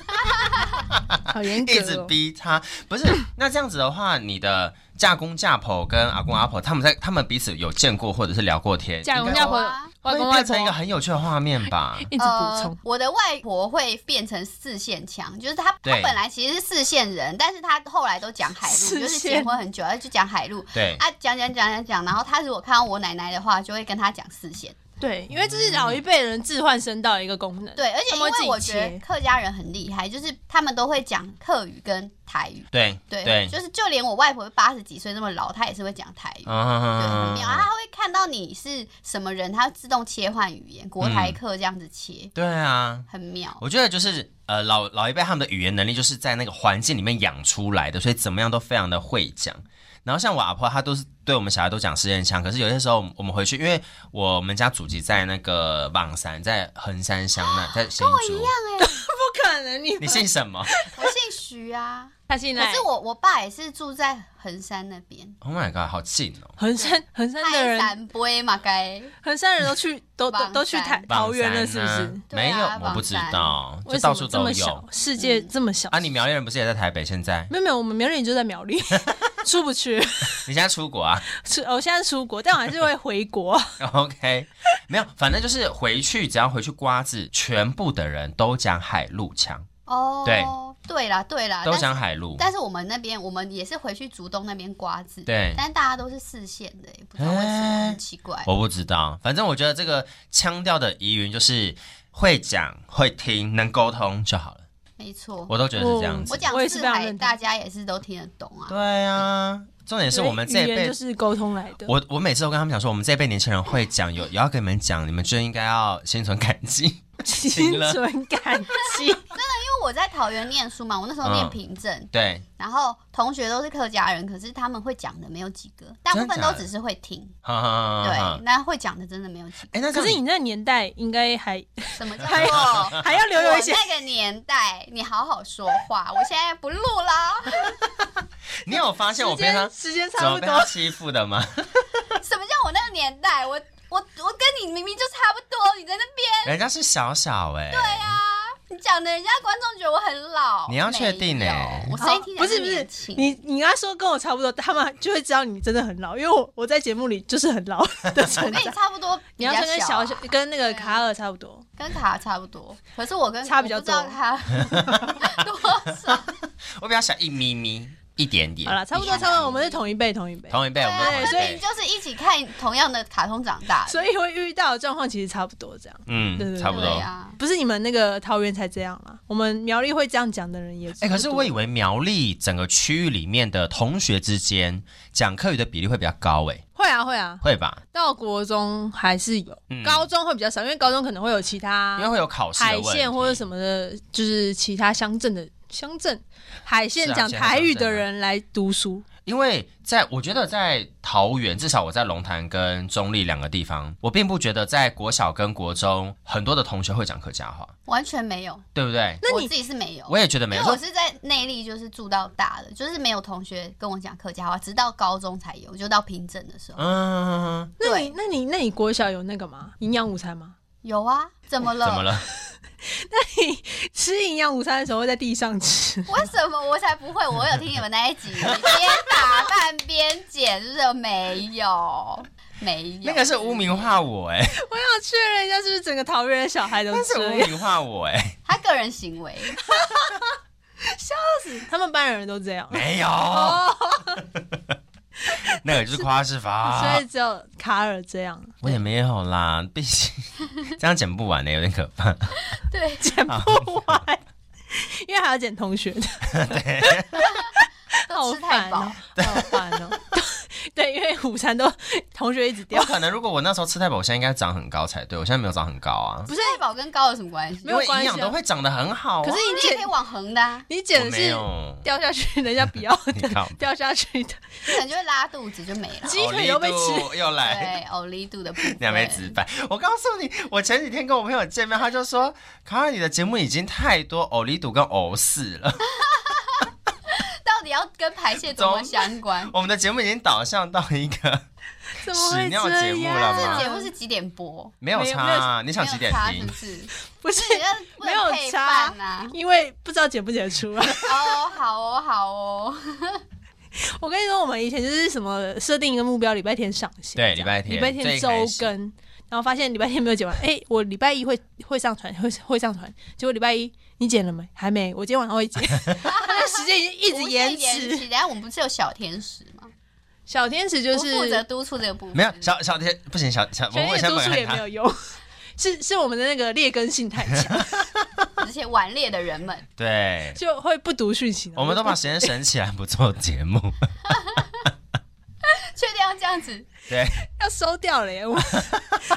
S3: 好严格、
S2: 一直
S3: 哦。
S2: 逼他。不是，那这样子的话，你的嫁公嫁婆跟阿公阿婆，他们在他们彼此有见过或者是聊过天，
S3: 嫁公
S2: 应该
S3: 嫁婆
S1: 有啊、
S3: 外公
S2: 哦会
S3: 外
S2: 变
S3: 婆
S2: 成一个很有趣的画面 吧？
S3: 一直补充
S1: 呃。。我的外婆会变成四线腔，就是她她
S2: 对
S1: 本来其实是四线人，但是她后来都讲海陆，
S3: 四
S1: 就是
S3: 线
S1: 结婚很久，她就讲海陆。
S2: 对，
S1: 啊，讲讲讲讲讲，然后她如果看到我奶奶的话，就会跟她讲四线。
S3: 对，因为这是老一辈人置换声道的一个功能。
S1: 对，而且
S3: 他
S1: 因
S3: 们会自
S1: 为
S3: 己
S1: 我觉得
S3: 切
S1: 客家人很厉害，就是他们都会讲客语跟台语。
S2: 对，
S1: 对，
S2: 对，
S1: 就是就连我外婆八十几岁那么老，她也是会讲台语。对，很
S2: 啊
S1: 妙。她会看到你是什么人，她自动切换语言，国台客这样子切，
S2: 对啊，
S1: 很妙。
S2: 嗯我觉得就是呃老老一辈他们的语言能力就是在那个环境里面养出来的，所以怎么样都非常的会讲。然后像我阿婆，她都是对我们小孩都讲四线腔，可是有些时候我们回去，因为我们家祖籍在那个榜山，在横山乡那，在新竹。
S1: 这样哎、
S3: 不可能你
S2: 你姓什么？
S1: 我姓徐啊，
S3: 他现在
S1: 可是我我爸也是住在衡山那边，
S2: Oh my god，好近哦！
S3: 衡山衡山的
S1: 泰
S3: 人，
S1: 山不会嘛该。
S3: 衡山人都去都都都去台桃园了，是不
S2: 榜
S3: 是
S2: 三？
S1: 对
S2: 没有
S1: 啊，
S2: 我不知道，就
S3: 为什
S2: 到
S3: 么
S2: 处
S3: 这
S2: 都
S3: 么
S2: 有
S3: 小，世界
S1: 嗯
S3: 这么小
S2: 啊！你苗栗人不是也在台北？现在
S3: 没有没有，我们苗栗就在 苗栗，出不去。
S2: 你现在出国啊
S3: 是，我现在出国，但我还是会回国。
S2: ？OK，没有，反正就是回去，只要回去瓜子，全部的人都讲海陆腔，
S1: 哦，
S2: 对
S1: 对啦对
S3: 啊
S1: 啦，
S2: 都
S1: 但是
S2: 讲海陆。
S1: 但是我们那边我们也是回去竹东那边瓜子，
S2: 对
S1: 但大家都是四线的，也不知道为什么，
S2: 哎
S1: 很奇怪。
S2: 我不知道，反正我觉得这个腔调的疑云就是会讲、会听、能沟通就好了，
S1: 没错，
S2: 我都觉得是这样
S3: 嗯
S2: 子。
S1: 我讲
S3: 我也是
S1: 四
S3: 非常
S1: 海，
S3: 认同
S1: 大家也是都听得懂啊。
S2: 对啊，重点是我们这一
S3: 语言
S2: 辈
S3: 就是沟通来的。
S2: 我我每次都跟他们讲说，我们这一辈年轻人会讲，有有要跟你们讲，你们就应该要心存感激。
S3: 心 存感激，
S1: 因为我在桃园念书嘛，我那时候念
S2: 嗯
S1: 平镇，
S2: 对，
S1: 然后同学都是客家人，可是他们会讲的没有几个，大部分都只是会听。
S2: 哈哈哈哈
S1: 对，。那会讲的真的没有几
S2: 哎，那这
S3: 可
S2: 样
S3: 是你那年代应 该还
S1: 个。什么叫
S3: 还
S1: 做？
S3: 还要留有
S1: 我
S3: 一些
S1: 那个年代，你好好说话。我现在不录啦，
S2: 你有发现我
S3: 时
S2: 平常
S3: 间，时间
S2: 怎
S3: 差
S2: 么
S3: 不
S2: 被
S3: 多
S2: 他。欺负的吗？
S1: 什么叫我那个年代？我我我跟你明明就差不多，你在那边，
S2: 人家是小小哎，对
S3: 啊
S2: 呀，
S1: 你讲的人家观众觉得我很老。
S2: 你要确定
S1: 呢、
S2: 欸
S1: 我声
S3: 好
S1: 音听起来
S3: 哦不是
S1: 很
S3: 不是
S1: 年轻，
S3: 你你跟他说跟我差不多，他们就会知道你真的很老，因为我我在节目里就是很老的
S1: 我
S3: 存
S1: 哎跟你
S3: 在。
S1: 差不多比
S3: 你
S1: 较
S3: 要
S1: 啊，
S3: 说跟小小跟那个
S1: 对啊
S3: 卡尔差不多，
S1: 跟卡差不多，可是我跟
S3: 差比较
S1: 我不知道
S3: 多
S1: 他 多少。啊
S2: 我比较小一咪咪，一点点。
S3: 好了，差不多
S2: 一点
S3: 差不多，我们是同一辈同一辈，
S2: 同一辈，我们
S1: 对
S2: 都
S1: 啊，
S2: 同
S1: 所
S2: 一
S1: 以你
S2: 辈，
S1: 就是一起看同样的卡通长大的，
S3: 所以会遇到的状况其实差不多这样。对
S2: 嗯，
S3: 对
S2: 差不
S1: 对
S2: 多。
S1: 啊。
S3: 不是你们那个桃园才这样啦，我们苗栗会这样讲的人也。
S2: 哎、可是我以为苗栗整个区域里面的同学之间讲课语的比例会比较高、诶，
S3: 会啊会啊，
S2: 会吧？
S3: 到国中还是有，
S2: 嗯
S3: 高中会比较少，因为高中可能会有其
S2: 因为
S3: 他
S2: 会有考试的
S3: 啊海
S2: 问题
S3: 线或者什么的，就是其他乡镇的乡镇海线
S2: 是啊
S3: 讲
S2: 其他
S3: 台语
S2: 乡镇
S3: 的
S2: 啊
S3: 人来读书，
S2: 因为在我觉得在桃园，至少我在龙潭跟中立两个地方，我并不觉得在国小跟国中很多的同学会讲客家话，
S1: 完全没有，
S2: 对不对？
S3: 那
S1: 我
S3: 你
S1: 自己是没有，
S2: 我也觉得没
S1: 因
S2: 有
S1: 为。我是在内力就是住到大的，就是没有同学跟我讲客家话，直到高中才有，就到平整的时候、
S2: 嗯，
S3: 那你那你那你国小有那个吗？营养午餐吗？
S1: 有啊。怎么了？
S2: 怎么了？
S3: 吃营养午餐的时候会在地上吃，
S1: 为什么我才不会？我有听你们那一集，边打饭边剪，是不是？没有，没有。
S2: 那个是污名化我哎、
S3: 我想确认一下是不是整个桃园的小孩都
S2: 那是
S3: 这
S2: 污
S3: 样，
S2: 名化我哎、
S1: 他个人行为，
S3: 他们班的人都这样，
S2: 没有，
S3: 哦
S2: 那个就是夸饰 法。
S3: 所以只有卡尔这 样，
S2: 我也没有啦，毕 竟这样剪不完呢、有点可怕。
S1: 对，
S3: 剪不完，因为还要剪同 学的，好
S1: 都吃太
S3: 烦
S1: 饱
S3: 哦。， 好烦哦。对，因为午餐都同学一直
S2: 有
S3: 掉，
S2: 可能如果我那时候吃太饱，我现在应该长很高才对，我现在没有长很高啊，
S1: 不是太饱跟高有什么关系？
S3: 没有
S2: 因为
S3: 关
S2: 营
S3: 系啊
S2: 养都会长得很好、啊。
S3: 可是
S1: 你
S3: 你
S1: 也可以
S3: 剪
S1: 往横的、啊，
S3: 你剪
S2: 我
S3: 的
S2: 没
S3: 是
S2: 有，
S3: 掉下去，人家不要
S2: 你
S3: 的，
S2: 看
S3: 掉下 去的，
S1: 你可能就会拉肚子就没了。
S3: 鸡腿都被吃。
S2: 吃，哦又来。
S1: 对，欧力度的部分。
S2: 两枚纸板，我告诉你，我前几天跟我朋友见面，他就说：“卡尔，你的节目已经太多偶力赌跟偶四了，
S1: 到底要跟排泄多么相 关？
S2: 我们的节目已经导向到一个
S3: 怎么会
S2: 屎尿
S3: 这
S2: 节目了
S1: 这个
S2: 吗
S1: 节
S3: 样啊
S1: 目？是几点播？
S2: 没有差、啊，你想几点
S1: 没有
S2: 听
S1: 差？是不是？
S3: 不是
S1: 你要不能
S3: 没有
S1: 配
S3: 差
S1: 饭呐、
S3: 因为不知道剪不剪得出来。
S1: 哦，好哦，好哦，
S3: 我跟你说，我们以前就是什么设定一个目标，礼拜天上线，
S2: 对
S3: 这样
S2: 礼拜天
S3: 礼拜天周
S2: 最
S3: 更，然后发现礼拜天没有剪完，哎、我礼拜一会会上传， 会会上传，结果礼拜一你剪了没？还没，我今天晚上 会剪，他的时间已经 一直
S1: 无限
S3: 延
S1: 迟。
S3: 迟。
S1: 等一下我们不是有小天使吗？
S3: 小天使就
S1: 我负责
S3: 是
S1: 督促这个部分。
S2: 没有小小天不行，小小
S3: 小
S2: 我
S3: 天
S2: 我
S3: 使
S2: 先
S3: 督
S2: 不
S3: 促
S2: 看
S3: 也没
S2: 他。
S3: 有用， 是是我们的那个劣根性太 强，
S1: 这些顽劣的人们，
S2: 对，
S3: 就会不读讯息。
S2: 我们都把时间省起来不做节目，
S1: 确定要这样子？
S2: 对，
S3: 哎要收掉了 耶，我们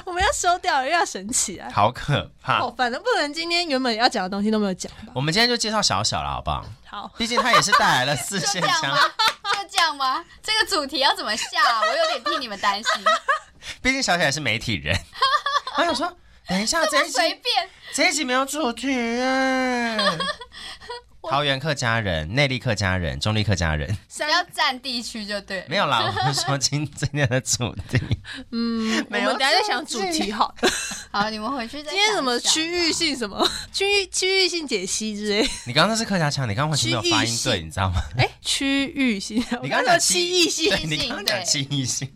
S3: 我们要收掉了，又要神奇啊！
S2: 好可怕。
S3: 哦，反正不能今天原本要讲的东西都没有讲吧？
S2: 我们今天就介绍小小了，好不好？
S3: 好，
S2: 毕竟他也是带来了 四
S1: 就
S2: 线
S1: 这样
S2: 腔
S1: 吗，？就这样吗？这个主题要怎么下、啊我有点替你们担 心。
S2: 毕竟小小也是媒体人。我想说，等一下这一
S1: 随
S2: 集
S1: 便，
S2: 这一集没有主题耶，
S1: 我
S2: 桃园客家人、内力客家人、中立客家人，
S1: 要
S3: 三
S1: 占地区就对。
S2: 没有啦。我们说今今天的主题，
S3: 嗯，我
S2: 没
S3: 们
S2: 有
S3: 等一下再想主题好。
S1: 好，你们回去再
S3: 今天什么
S1: 想一想
S3: 区域性什么区域区域性解析之类，
S2: 你刚刚那是客家腔，你刚刚完全没有发音
S3: 区域
S2: 对，
S3: 性
S2: 你知道吗？
S3: 哎，区域性，
S2: 你
S3: 我
S2: 刚刚
S3: 说
S2: 讲
S3: 区域性，
S2: 对你刚刚讲
S1: 区
S2: 七异性，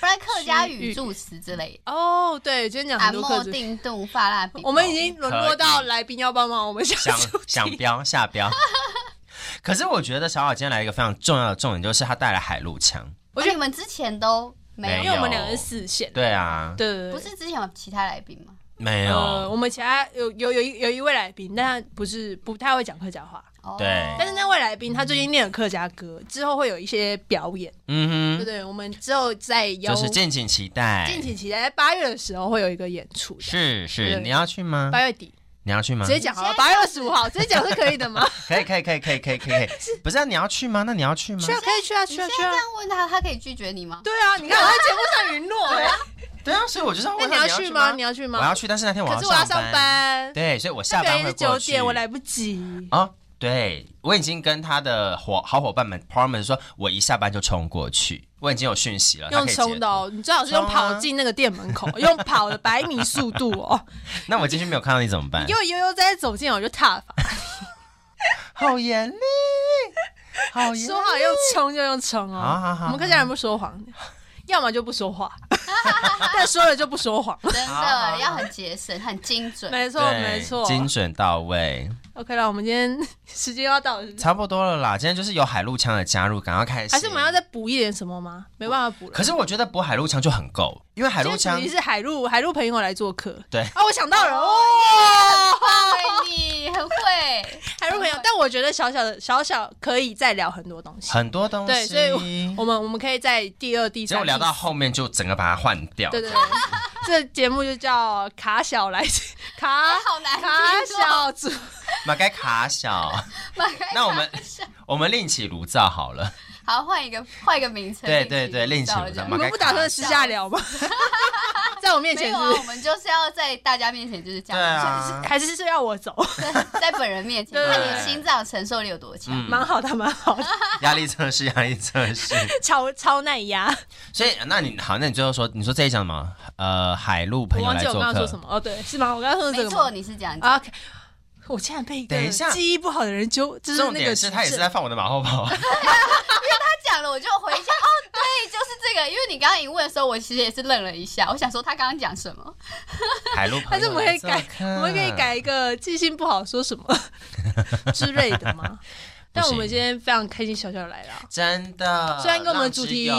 S1: 不然客家
S3: 区
S1: 语
S3: 域
S1: 助词之类的。
S3: 哦，对，今天讲
S1: 俺
S3: 很多
S1: 莫
S3: 课题，
S1: 定顿发蜡笔，
S3: 我们已经沦落到
S2: 可以
S3: 来宾要帮忙我们想
S2: 想
S3: 主题
S2: 想标下标。 可是我觉得小小今天来一个非常重要的重点，就是他带来海陆腔。
S1: 我
S3: 我
S1: 觉
S3: 觉
S1: 啊得你们之前都没
S3: 因
S2: 没
S3: 为
S1: 有，
S2: 有
S3: 我们两个是四线，
S2: 对啊，
S3: 对对，对
S1: 不是之前有其他来宾吗？
S2: 没
S3: 呃，
S2: 有，
S3: 我们其他有有有一有一位来宾，但他不是不太会讲客家话，
S1: 哦
S2: 对
S3: 但是那啊位来宾他最近练了客家歌，之后会有一些表演，
S2: 嗯哼，
S3: 对对，我们之后再邀
S2: 就是敬请期待，
S3: 敬请期待，在八月的时候会有一个演出的，
S2: 是是，
S3: 对
S2: 你要去吗？
S3: 八月底
S2: 你要去吗
S3: 直？接讲好了，
S1: 你现
S3: 八
S1: 在
S3: 月二十五号直接讲是可以的 吗？
S2: 可以可以可以可以可以可 以，可以不是啊，你要去吗？那你要去吗
S3: 去？啊，可以去啊，
S1: 你
S3: 去
S1: 现
S3: 啊，
S1: 在
S3: 去
S1: 这
S3: 啊，
S1: 样问他，他可以拒绝你吗？
S3: 对啊，你看我在节目上允诺哎，
S2: 对啊，所以我就是要
S3: 那
S2: 问
S3: 你
S2: 他
S3: 要
S2: 去
S3: 去吗？你要去
S2: 我
S3: 吗？
S2: 要去，但是那天我
S3: 可是我要上
S2: 班。
S3: 班，
S2: 对，所以我下
S3: 他表
S2: 班
S3: 演
S2: 会
S3: 是
S2: 过
S3: 九
S2: 去。
S3: 点，我来不及。
S2: 哦，对，我已经跟他的伙好伙伴们 partner 们说，我一下班就冲过去，我已经有讯息了，他
S3: 用
S2: 可以嗯
S3: 冲
S2: 接
S3: 的
S2: 到。
S3: 哦，你最好是用跑进那个店门口，用跑的百米速度 哦。
S2: 那我今天没有看到你怎么办
S3: 你给？我悠悠再走哦进来，我就踏法。
S2: 好严厉，好严厉
S3: 说。好用冲就用冲哦。
S2: 好好好
S3: 我们客家人不说 谎的，要么就不说话， 但说了就不说谎。
S1: 真
S2: 好好好
S1: 的要很节省，很精准。
S3: 没错，
S2: 对
S3: 没错。
S2: 精准到位，
S3: OK 了，我们今天时间又要到了，是不是
S2: 差不多了啦。今天就是有海陆腔的加入，赶快开始。
S3: 还是我们要再补一点什么吗？没办法补了。
S2: 可是我觉得补海陆腔就很够，因为海陆腔
S3: 你是海陆海陆朋友来做客。
S2: 对
S3: 啊，我想到了哦。
S1: 哎，你很会，
S3: 海陆朋友，但我觉得小小的小小可以再聊很多东西。
S2: 很多东
S3: 对，
S2: 西，
S3: 所以我我们我们可以在第二、第
S2: 结
S3: 三
S2: 果
S3: 季，
S2: 聊到后面就整个把它换掉。
S3: 对对对，这节目就叫卡小来卡
S1: 哎好难听
S3: 卡
S1: 哦。
S3: 小组，
S2: 马该卡小，
S1: 马开
S2: 那我们我们另起炉灶好了。
S1: 好换一个换一个名称。
S2: 对对对另起炉灶
S3: 你
S1: 嘛。
S3: 们不打算私 下聊吗？在我面
S1: 没
S3: 前
S1: 有
S3: 是
S1: 啊，
S3: 不
S2: 嗯
S1: 我们就是要在大家面前就是这
S2: 对
S1: 样，
S2: 啊
S3: 是，还是是要我走？
S2: 嗯
S1: 在本人面前，
S3: 对
S1: 看你心脏承受力有多强。
S2: 嗯
S3: 蛮好的，蛮好的，
S2: 压力测试，压力测试。
S3: 超超耐压。
S2: 所以，那你好，那你最后说，你说这一讲什么？呃，海陆朋友
S3: 我忘
S2: 来
S3: 记我
S2: 做
S3: 刚刚说什
S2: 客。
S3: 么哦，对，是吗？我刚刚说的这
S1: 没
S3: 个
S1: 错，
S3: 吗
S1: 你是这样讲。
S3: 啊？OK，我竟然被一个
S2: 等一下
S3: 记忆不好的人揪，就是
S2: 重
S3: 那个
S2: 点是他也是
S3: 指
S2: 在放我的马后 炮，
S1: 他讲了，我就回一下。哦，对，就是这个。因为你刚刚一问的时候，我其实也是愣了一下，我想说他刚刚讲什么。
S2: 海陆朋
S3: 但是我
S2: 友
S3: 们可
S2: 来
S3: 以
S2: 做
S3: 改
S2: 客。，
S3: 我们可以改一个记性不好说什么之类的吗？但我们今天非常开心，小小来了，
S2: 真的，
S3: 虽然跟我们的主题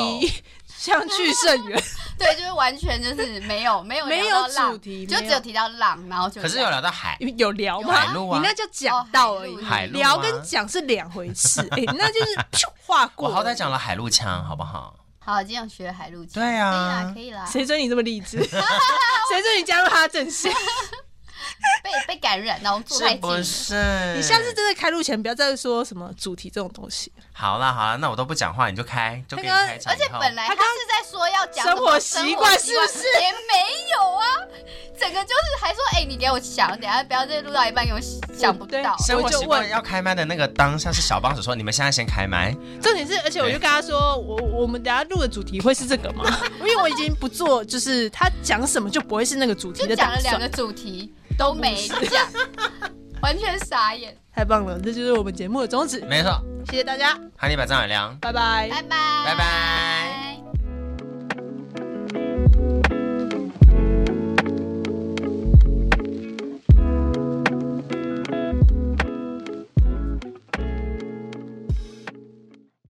S3: 相去甚远，
S1: 对，就是完全就是没有没有
S3: 没有
S1: 聊到浪
S3: 主题
S1: 就
S3: 没有
S1: 只有提到浪，然后就
S2: 可是有聊到海，
S3: 有聊吗？
S2: 海陆啊
S3: 你那叫讲到而已
S1: 哦，
S2: 海陆啊
S3: 聊跟讲是两回事，哎，你那就是咻划过。
S2: 我好歹，讲了海陆腔，好不好？
S1: 好，今天有学海陆腔，
S2: 对啊
S1: 可以啦，可以啦，
S3: 谁准你这么励志？谁准你加入他的阵线？
S1: 被被感染，然后坐太
S2: 是
S1: 近了
S2: 不，是？
S3: 你下次真的开录前不要再说什么主题这种东西，
S2: 好啦好啦，那我都不讲话，你就开，就给你
S3: 他刚
S2: 开场
S1: 而
S2: 以后。
S1: 且本来他是在说要讲
S3: 生活
S1: 什么
S3: 习惯
S1: 生活
S3: 是
S1: 习
S3: 不
S1: 也没有啊，整个就是还说，哎，你给我想，等一下不要再录到一半，给我想不到。
S2: 生活
S3: 我就
S2: 习惯
S3: 问
S2: 要开麦的那个当下是小帮手说，你们现在先开麦。
S3: 重点是，而且我就跟他说，我我们等下录的主题会是这个吗？ 因为我已经不做，就是他讲什么就不会是那个主题
S1: 就
S3: 的
S1: 讲
S3: 打
S1: 了两
S3: 算
S1: 个。主题都没讲，完全傻眼，
S3: 太棒了，这就是我们节目的宗旨。
S2: 没错，
S3: 谢谢大家，
S2: 哈尼百张海良，
S3: 拜拜。
S1: 拜拜，
S2: 拜拜。